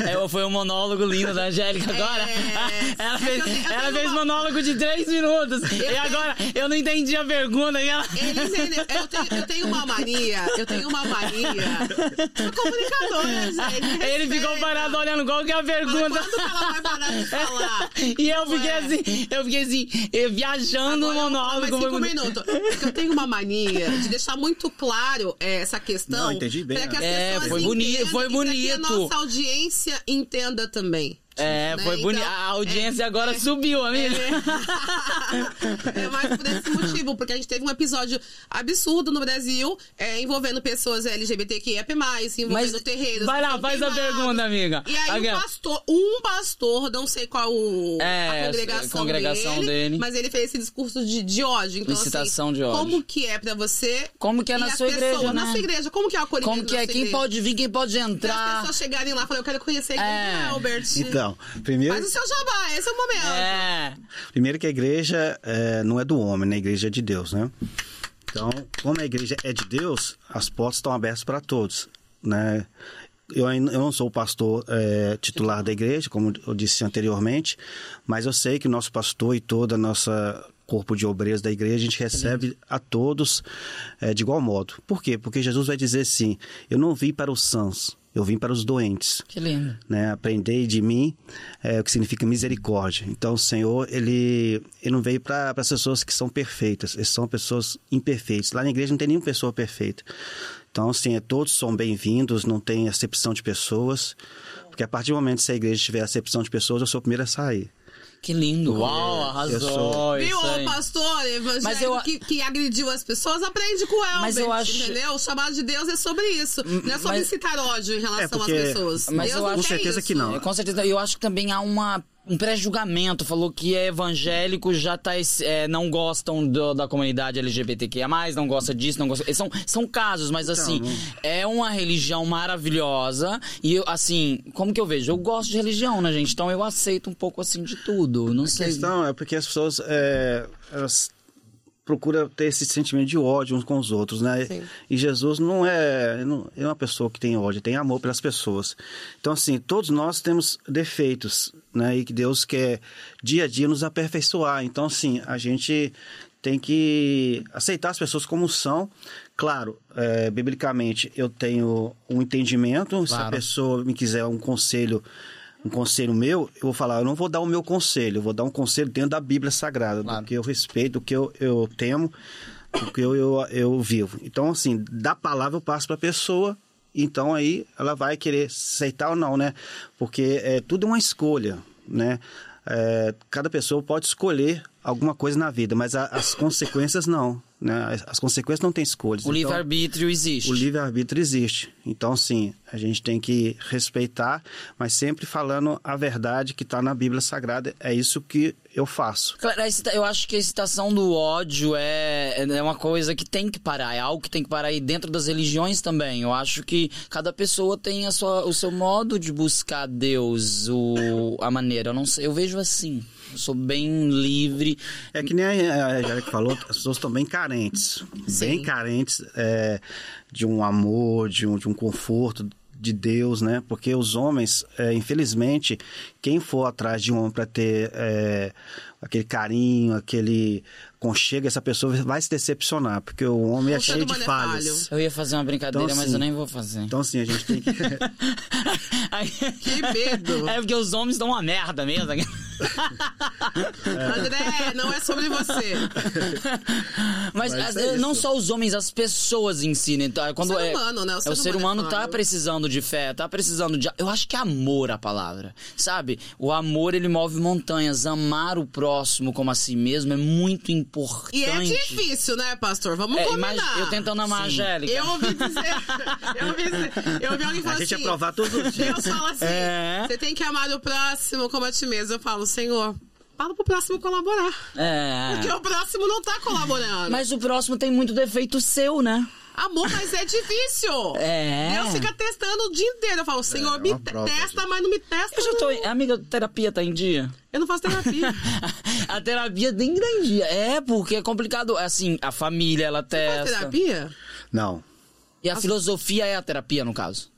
Speaker 2: É, foi um monólogo lindo da Angélica agora.
Speaker 1: É.
Speaker 2: Ela
Speaker 1: É que eu tenho-
Speaker 2: fez,
Speaker 1: eu
Speaker 2: ela
Speaker 1: tenho
Speaker 2: fez
Speaker 1: uma-
Speaker 2: monólogo de três minutos. E
Speaker 1: tenho-
Speaker 2: agora eu não entendi a pergunta. E ela...
Speaker 1: Ele entendeu. né, Eu tenho, eu tenho uma mania. Eu tenho uma mania. Sou comunicadora, gente.
Speaker 2: Ele ficou
Speaker 1: respeita.
Speaker 2: parado olhando qual que é a
Speaker 1: Fala,
Speaker 2: pergunta.
Speaker 1: Quando que ela vai parar de falar?
Speaker 2: E eu fiquei
Speaker 1: Ué.
Speaker 2: assim, eu fiquei assim, eh, viajando no
Speaker 1: Agora eu vou falar Mais
Speaker 2: monólogo.
Speaker 1: cinco
Speaker 2: foi bonito.
Speaker 1: minutos. Porque um eu tenho uma mania de deixar muito claro eh, essa questão.
Speaker 3: Não, entendi bem,
Speaker 1: Pra que as
Speaker 3: né?
Speaker 2: É,
Speaker 1: pessoas
Speaker 2: foi boni-
Speaker 1: entendam
Speaker 2: foi
Speaker 1: e pra que a
Speaker 2: bonito.
Speaker 1: nossa audiência entenda também.
Speaker 2: É,
Speaker 1: né?
Speaker 2: foi bonito.
Speaker 1: Então,
Speaker 2: a audiência
Speaker 1: é,
Speaker 2: agora subiu, amiga.
Speaker 1: É. É mais por esse motivo, porque a gente teve um episódio absurdo no Brasil é, envolvendo pessoas LGBTQIAP+, envolvendo terreiros.
Speaker 2: vai
Speaker 1: que
Speaker 2: lá,
Speaker 1: são
Speaker 2: faz a
Speaker 1: queimados.
Speaker 2: pergunta, amiga.
Speaker 1: E aí
Speaker 2: Aqui, ó.
Speaker 1: um pastor, um pastor, não sei qual o- a
Speaker 2: É, a
Speaker 1: congregação,
Speaker 2: congregação dele.
Speaker 1: mas ele fez esse discurso de, de ódio. Então,
Speaker 2: Incitação
Speaker 1: assim,
Speaker 2: de ódio.
Speaker 1: Como que é pra você?
Speaker 2: Como que é
Speaker 1: e
Speaker 2: na
Speaker 1: as
Speaker 2: sua
Speaker 1: pessoas,
Speaker 2: igreja,
Speaker 1: Na
Speaker 2: né?
Speaker 1: sua igreja, como que é o acolhimento
Speaker 2: Como que
Speaker 1: na
Speaker 2: é?
Speaker 1: sua
Speaker 2: Quem
Speaker 1: igreja?
Speaker 2: pode vir, quem pode
Speaker 1: Pra As
Speaker 2: entrar.
Speaker 1: pessoas chegarem lá e falarem, eu quero conhecer quem
Speaker 2: É.
Speaker 1: é Albert.
Speaker 3: Então, Então, primeiro.
Speaker 1: Faz o seu jabá, esse é o momento.
Speaker 2: É.
Speaker 3: Primeiro que a igreja eh, não é do homem, né? A igreja é de Deus, né? Então, como a igreja é de Deus, as portas estão abertas para todos, né? Eu, ainda- eu não sou o pastor eh, titular da igreja, como eu disse anteriormente, mas eu sei que o nosso pastor e toda a nossa corpo de obreiros da igreja, a gente recebe a todos eh, de igual modo. Por quê? Porque Jesus vai dizer assim, eu não vim para os sãos, eu vim para os doentes
Speaker 2: Que lindo.
Speaker 3: né? Aprendei de mim, é, o que significa misericórdia. Então, o Senhor, ele, ele não veio para as pessoas que são perfeitas, eles são pessoas imperfeitas. Lá na igreja não tem nenhuma pessoa perfeita. Então, assim, é, todos são bem-vindos, não tem acepção de pessoas, porque a partir do momento que se a igreja tiver acepção de pessoas, eu sou o primeiro a sair.
Speaker 2: Que lindo. Uau, arrasou.
Speaker 1: Viu,
Speaker 2: Isso
Speaker 1: ô
Speaker 2: aí.
Speaker 1: pastor
Speaker 2: Mas
Speaker 1: evangélico
Speaker 2: eu-
Speaker 1: que, que agrediu as pessoas, aprende com o Elber,
Speaker 2: Mas eu acho-
Speaker 1: entendeu? O chamado de Deus é sobre isso. Não é sobre
Speaker 2: mas-
Speaker 1: citar ódio em relação
Speaker 3: É, porque-
Speaker 1: às pessoas.
Speaker 2: Mas
Speaker 1: Deus
Speaker 2: eu
Speaker 1: não
Speaker 2: acho-
Speaker 1: quer
Speaker 3: Com certeza
Speaker 1: isso.
Speaker 3: que não.
Speaker 2: É, Com certeza. Eu acho que também há uma, um pré-julgamento. Falou que é evangélico, já tá, esse- é, não gostam do- da comunidade LGBTQIA, não gosta disso, não gosta. São, são casos, mas
Speaker 3: Então,
Speaker 2: assim,
Speaker 3: né?
Speaker 2: é uma religião maravilhosa. E eu, assim, como que eu vejo? Eu gosto de religião, né, gente? Então eu aceito um pouco assim de tudo. Não
Speaker 3: A
Speaker 2: sei.
Speaker 3: questão é porque as pessoas é, elas procuram ter esse sentimento de ódio uns com os outros, né? E Jesus não é, não é uma pessoa que tem ódio, tem amor pelas pessoas. Então, assim, todos nós temos defeitos, né? E que Deus quer dia a dia nos aperfeiçoar. Então, assim, a gente tem que aceitar as pessoas como são. Claro, é, biblicamente eu tenho um entendimento. Se a
Speaker 2: Claro.
Speaker 3: pessoa me quiser um conselho, um conselho meu, eu vou falar, eu não vou dar o meu conselho, eu vou dar um conselho dentro da Bíblia Sagrada,
Speaker 2: Claro.
Speaker 3: do que eu respeito, do que eu, eu temo, do que eu, eu, eu vivo. Então, assim, da palavra eu passo para a pessoa, então aí ela vai querer aceitar ou não, né? Porque é tudo é uma escolha, né? É, cada pessoa pode escolher alguma coisa na vida, mas a- as consequências não. Né? As, as consequências não têm escolhas.
Speaker 2: O
Speaker 3: Então-
Speaker 2: livre-arbítrio existe.
Speaker 3: o livre-arbítrio existe. Então, sim, a gente tem que respeitar, mas sempre falando a verdade que está na Bíblia Sagrada. É isso que eu faço.
Speaker 2: Claro, a excita- eu acho que a excitação do ódio é, é uma coisa que tem que parar, é algo que tem que parar e dentro das religiões também. Eu acho que cada pessoa tem a sua, o seu modo de buscar Deus, o, a maneira. Eu não sei, eu vejo assim. Eu sou bem livre.
Speaker 3: É que nem a a Angélica falou, as pessoas estão bem carentes. Bem carentes é, de um amor, de um, de um conforto de Deus, né? Porque os homens, é, infelizmente, quem for atrás de um homem para ter é, aquele carinho, aquele conchego, essa pessoa vai se decepcionar, porque o homem é
Speaker 1: O ser
Speaker 3: cheio de
Speaker 1: humano é
Speaker 3: falhas.
Speaker 1: falho.
Speaker 2: Eu ia fazer uma brincadeira,
Speaker 3: Então,
Speaker 2: mas
Speaker 3: assim,
Speaker 2: eu nem vou fazer.
Speaker 3: Então, assim, a gente tem que.
Speaker 2: Aí-
Speaker 1: Que medo.
Speaker 2: É porque os homens dão uma merda mesmo.
Speaker 1: André, não é sobre você.
Speaker 2: Mas,
Speaker 3: Mas
Speaker 2: as-
Speaker 3: é isso.
Speaker 2: não só os homens, as pessoas em si, né? Então, Quando
Speaker 1: O ser
Speaker 2: é,
Speaker 1: humano, né? O
Speaker 2: é
Speaker 1: ser
Speaker 2: o ser
Speaker 1: humano é
Speaker 2: humano tá
Speaker 1: falho.
Speaker 2: precisando de fé, tá precisando de. Eu acho que é amor a palavra, sabe? O amor, ele move montanhas. Amar o próximo como a si mesmo é muito importante.
Speaker 1: E é difícil, né, pastor? Vamos
Speaker 2: Então, É,
Speaker 1: combinar.
Speaker 2: imagi- eu tentando amar a Angélica.
Speaker 1: Eu ouvi dizer. Eu ouvi, dizer- eu ouvi alguém falar
Speaker 3: A gente é
Speaker 1: assim,
Speaker 3: provar todos os dias.
Speaker 1: Deus fala assim:
Speaker 2: É.
Speaker 1: você tem que amar o próximo como a ti mesmo. Eu falo, Senhor, fala pro próximo colaborar. Porque
Speaker 2: É.
Speaker 1: o próximo não tá colaborando.
Speaker 2: Mas o próximo tem muito defeito seu, né?
Speaker 1: Amor, mas é difícil.
Speaker 2: É.
Speaker 1: Deus fica testando o dia inteiro. Eu falo, Senhor,
Speaker 3: É, é
Speaker 1: me
Speaker 3: uma prova,
Speaker 1: testa,
Speaker 3: gente.
Speaker 1: mas não me testa.
Speaker 2: Eu já tô.
Speaker 1: não.
Speaker 2: Amiga, terapia tá em dia?
Speaker 1: Eu não faço terapia.
Speaker 2: a terapia tem grande. É, porque é complicado. Assim, a família, ela
Speaker 1: Faz
Speaker 2: testa.
Speaker 1: terapia?
Speaker 3: Não.
Speaker 2: E a filosofia é a terapia, no caso.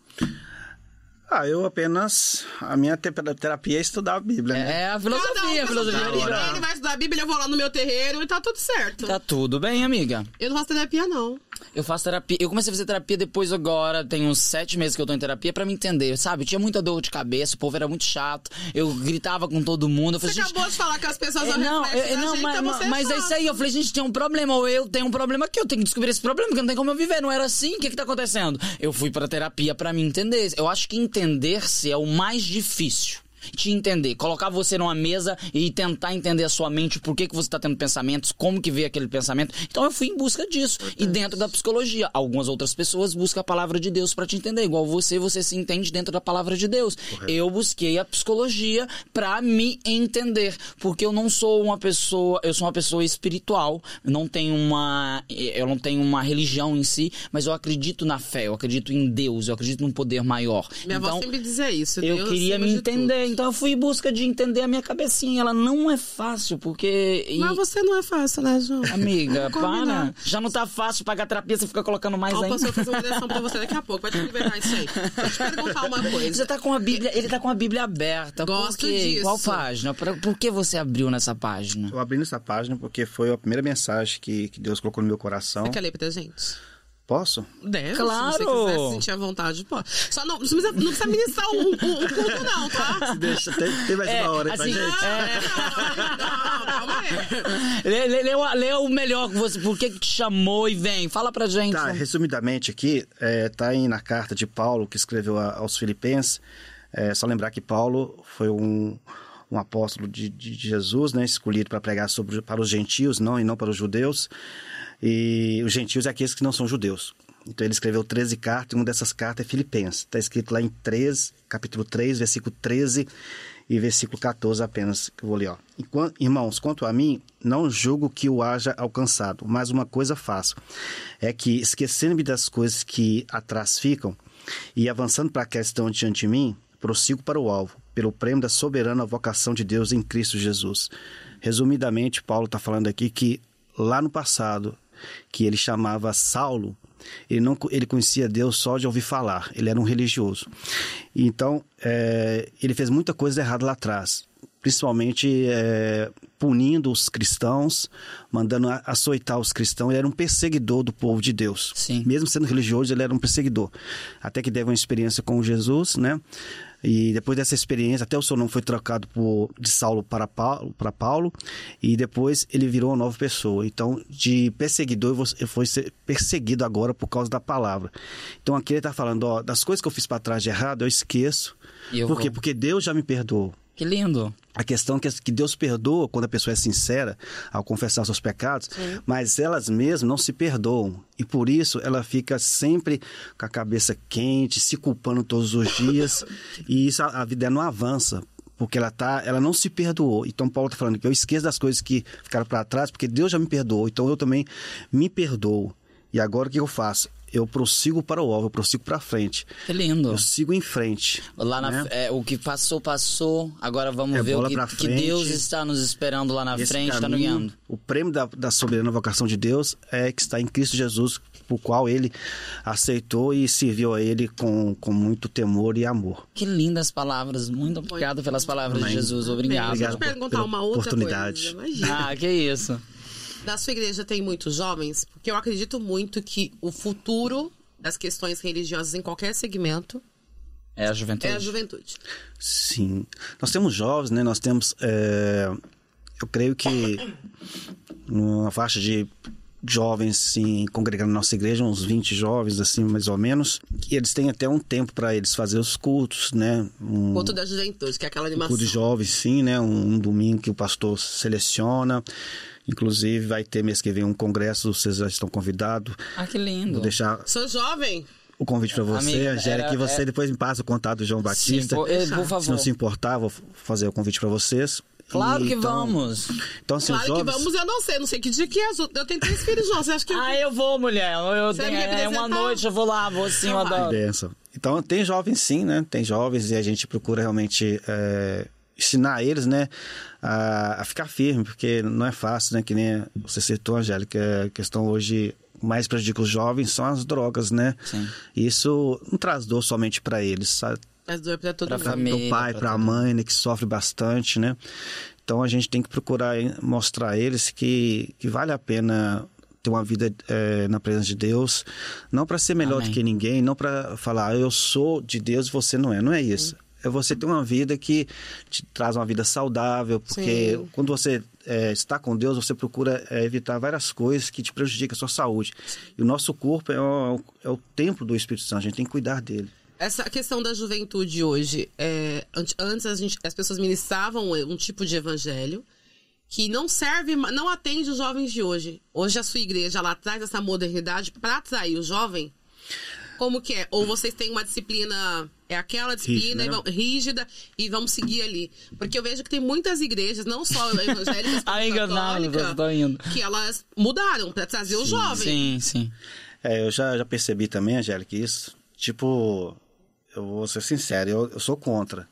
Speaker 3: Ah, eu apenas. A minha te- terapia é estudar a Bíblia, né?
Speaker 2: É a
Speaker 1: Cada um
Speaker 2: filosofia, a
Speaker 1: faz
Speaker 2: filosofia.
Speaker 1: terapia
Speaker 2: liberal.
Speaker 1: Ele vai estudar a Bíblia, eu vou lá no meu terreiro e tá tudo certo.
Speaker 2: Tá tudo bem, amiga.
Speaker 1: Eu não faço terapia, não.
Speaker 2: Eu faço terapia. Eu comecei a fazer terapia depois agora, tem uns sete meses que eu tô em terapia pra me entender, sabe? Eu tinha muita dor de cabeça, o povo era muito chato, eu gritava com todo mundo. Eu falei,
Speaker 1: Você
Speaker 2: gente.
Speaker 1: acabou de falar que as pessoas não,
Speaker 2: é, não,
Speaker 1: refletem
Speaker 2: é,
Speaker 1: na
Speaker 2: não,
Speaker 1: gente,
Speaker 2: mas,
Speaker 1: então você
Speaker 2: mas- mas é
Speaker 1: fala.
Speaker 2: isso aí. Eu falei, gente, tem um problema, ou eu tenho um problema aqui, eu tenho que descobrir esse problema, porque não tem como eu viver, não era assim, o que que tá acontecendo? Eu fui pra terapia pra me entender. Eu acho que entender-se é o mais difícil. Te entender, colocar você numa mesa e tentar entender a sua mente, por que, que você tá tendo pensamentos, como que veio aquele pensamento. Então eu fui em busca disso. E dentro da psicologia, algumas outras pessoas buscam a palavra de Deus pra te entender, igual você, você se entende dentro da palavra de Deus. Eu busquei a psicologia pra me entender, porque eu não sou uma pessoa, eu sou uma pessoa espiritual, não tenho uma, eu não tenho uma religião em si, mas eu acredito na fé, eu acredito em Deus, eu acredito num poder maior.
Speaker 1: Minha
Speaker 2: então,
Speaker 1: avó sempre dizia isso.
Speaker 2: eu
Speaker 1: Deus
Speaker 2: queria
Speaker 1: acima
Speaker 2: me
Speaker 1: de tudo.
Speaker 2: entender, Então eu fui em busca de entender a minha cabecinha. Ela não é fácil, porque. e-
Speaker 1: Mas você não é fácil, né, João?
Speaker 2: Amiga,
Speaker 1: Vamos combinar.
Speaker 2: para. Já não tá fácil pagar terapia, você fica colocando mais
Speaker 1: Ó, o
Speaker 2: ainda.
Speaker 1: pastor fez uma direção pra você daqui a pouco. Vai te libertar isso aí. Deixa eu te perguntar uma
Speaker 2: Você
Speaker 1: coisa.
Speaker 2: tá com a Bíblia, ele tá com a Bíblia aberta. Por
Speaker 1: Gosto
Speaker 2: quê?
Speaker 1: disso.
Speaker 2: Qual página? Pra- Por, que você abriu nessa página?
Speaker 3: Eu abri nessa página porque foi a primeira mensagem que, que Deus colocou no meu coração.
Speaker 2: É
Speaker 1: Você quer ler pra gente?
Speaker 3: Posso?
Speaker 1: Deve, né? se você
Speaker 2: Claro.
Speaker 1: quiser se sentir à vontade, pode. Só não, não precisa, não precisa ministrar um, um, um culto, não, tá?
Speaker 3: Deixa, tem, tem mais
Speaker 2: É,
Speaker 3: uma hora aí pra
Speaker 2: assim,
Speaker 3: gente.
Speaker 1: Ah, Não, calma aí.
Speaker 2: Lê, lê- lê o- lê o melhor que você. Por que, que te chamou e vem? Fala pra gente.
Speaker 3: Tá, resumidamente aqui, é, tá aí na carta de Paulo, que escreveu a- aos Filipenses. É, só lembrar que Paulo foi um, um apóstolo de, de Jesus, né, escolhido para pregar sobre, para os gentios não, e não para os judeus. E os gentios é aqueles que não são judeus. Então ele escreveu 13 cartas, e uma dessas cartas é Filipenses. Está escrito lá em 3, capítulo 3, versículo 13 e versículo 14 apenas, que eu vou ler. Ó. Enquan- Irmãos, quanto a mim, não julgo que o haja alcançado, mas uma coisa faço, é que, esquecendo-me das coisas que atrás ficam e avançando para a questão diante de mim, prossigo para o alvo, pelo prêmio da soberana vocação de Deus em Cristo Jesus. Resumidamente, Paulo está falando aqui que lá no passado, que ele chamava Saulo, ele não ele conhecia Deus só de ouvir falar. Ele era um religioso. Então eh, ele fez muita coisa errada lá atrás, principalmente eh, punindo os cristãos, mandando a- açoitar os cristãos. Ele era um perseguidor do povo de Deus.
Speaker 2: Sim.
Speaker 3: Mesmo sendo religioso, ele era um perseguidor. Até que teve uma experiência com Jesus, né? E depois dessa experiência, até o seu nome foi trocado por, de Saulo para Paulo, para Paulo, e depois ele virou uma nova pessoa. Então, de perseguidor, você foi ser perseguido agora por causa da palavra. Então, aqui ele está falando: ó, das coisas que eu fiz para trás de errado, eu esqueço.
Speaker 2: E eu
Speaker 3: por quê?
Speaker 2: vou.
Speaker 3: Porque Deus já me perdoou.
Speaker 2: Que lindo.
Speaker 3: A questão é que que Deus perdoa quando a pessoa é sincera ao confessar seus pecados, mas elas mesmas não se perdoam. E por isso ela fica sempre com a cabeça quente, se culpando todos os dias. e isso a, a vida não avança, porque ela, tá, ela não se perdoou. Então Paulo está falando que eu esqueço das coisas que ficaram para trás, porque Deus já me perdoou, então eu também me perdoo. E agora o que eu faço? Eu prossigo para o alvo, eu prossigo para frente.
Speaker 2: Que lindo.
Speaker 3: Eu sigo em frente.
Speaker 2: Lá na,
Speaker 3: né?
Speaker 2: é, o que passou, passou. Agora vamos
Speaker 3: É
Speaker 2: ver o
Speaker 3: bola
Speaker 2: que,
Speaker 3: pra
Speaker 2: que
Speaker 3: frente.
Speaker 2: Deus está nos esperando lá na
Speaker 3: Esse
Speaker 2: frente, está nos
Speaker 3: caminho,
Speaker 2: guiando.
Speaker 3: O prêmio da, da soberana vocação de Deus é que está em Cristo Jesus, por qual ele aceitou e serviu a ele com, com muito temor e amor.
Speaker 2: Que lindas palavras. Muito obrigado pelas palavras de
Speaker 3: Amém.
Speaker 2: Jesus.
Speaker 1: Bem,
Speaker 2: Obrigado.
Speaker 1: Deixa eu te
Speaker 3: Obrigado
Speaker 1: perguntar
Speaker 3: pela
Speaker 1: uma outra
Speaker 3: oportunidade.
Speaker 1: coisa. Imagina.
Speaker 2: Ah, que isso.
Speaker 1: Na sua igreja tem muitos jovens? Porque eu acredito muito que o futuro das questões religiosas em qualquer segmento
Speaker 2: É a juventude.
Speaker 1: é a juventude.
Speaker 3: Sim. Nós temos jovens, né? Nós temos. é, eu creio que uma faixa de jovens sim congregando na nossa igreja, uns 20 jovens, assim, mais ou menos. E eles têm até um tempo para eles fazer os cultos, né? Um-
Speaker 1: Culto da juventude, que é aquela animação.
Speaker 3: Culto de jovens, sim, né? Um, um domingo que o pastor seleciona. Inclusive, vai ter mês que vem um congresso, vocês já estão convidados.
Speaker 2: Ah, que lindo.
Speaker 3: Vou deixar
Speaker 1: Sou jovem.
Speaker 3: o convite para você,
Speaker 2: Amiga,
Speaker 3: Angélica,
Speaker 2: era-
Speaker 3: e você
Speaker 2: é-
Speaker 3: depois me passa o contato do João
Speaker 2: Sim,
Speaker 3: Batista.
Speaker 2: por, eh, por
Speaker 3: se não
Speaker 2: favor.
Speaker 3: se importar, vou f- fazer o convite para vocês.
Speaker 2: Claro
Speaker 3: E
Speaker 2: que
Speaker 3: então-
Speaker 2: vamos.
Speaker 3: Então, assim, os
Speaker 1: Claro que
Speaker 3: jovens,
Speaker 1: vamos, eu não sei. Não sei que dia que é. Eu tenho três filhos, João. Você acha que eu-
Speaker 2: Ah, eu vou, mulher. Eu- Eu
Speaker 1: Você vai
Speaker 2: tenho,
Speaker 1: me
Speaker 2: é uma
Speaker 1: representar?
Speaker 2: noite, eu vou lá, vou sim, eu
Speaker 1: Então vai.
Speaker 2: adoro.
Speaker 3: Benção. Então tem jovens sim, né? Tem jovens e a gente procura realmente é, ensinar eles, né? A, a ficar firme, porque não é fácil, né? Que nem você citou, Angélica, a questão hoje mais prejudica os jovens são as drogas, né?
Speaker 2: Sim.
Speaker 3: Isso não traz dor somente para eles, sabe?
Speaker 1: Mas dor pra todo
Speaker 2: Pra
Speaker 1: mundo.
Speaker 2: família.
Speaker 3: para o pai,
Speaker 2: pra
Speaker 3: para a mãe, né, que sofre bastante, né? Então a gente tem que procurar eh, mostrar a eles que, que vale a pena ter uma vida eh, na presença de Deus, não para ser melhor
Speaker 2: Amém.
Speaker 3: do que ninguém, não para falar "Ah, eu sou de Deus, você não é, não é isso. É você ter uma vida que te traz uma vida saudável, porque
Speaker 1: Sim.
Speaker 3: quando você eh, está com Deus, você procura eh, evitar várias coisas que te prejudicam a sua saúde. E o nosso corpo é o, é o templo do Espírito Santo, a gente tem que cuidar dele.
Speaker 1: Essa questão da juventude hoje, é, ante- antes a gente- as pessoas ministravam um tipo de evangelho que não serve, ma- não atende os jovens de hoje. Hoje a sua igreja lá traz essa modernidade para atrair o jovem. Como que é? Ou vocês têm uma disciplina, é aquela disciplina
Speaker 3: Rígida,
Speaker 1: e
Speaker 3: né?
Speaker 1: vão- rígida e vamos seguir ali? Porque eu vejo que tem muitas igrejas, não só evangélicas, como
Speaker 2: Ai, enganado,
Speaker 1: católica,
Speaker 2: eu tô indo.
Speaker 1: que elas mudaram para trazer o jovem.
Speaker 2: Sim, sim.
Speaker 3: É, eu já, já percebi também, Angélica, que isso, tipo, eu vou ser sincero, eu, eu sou contra.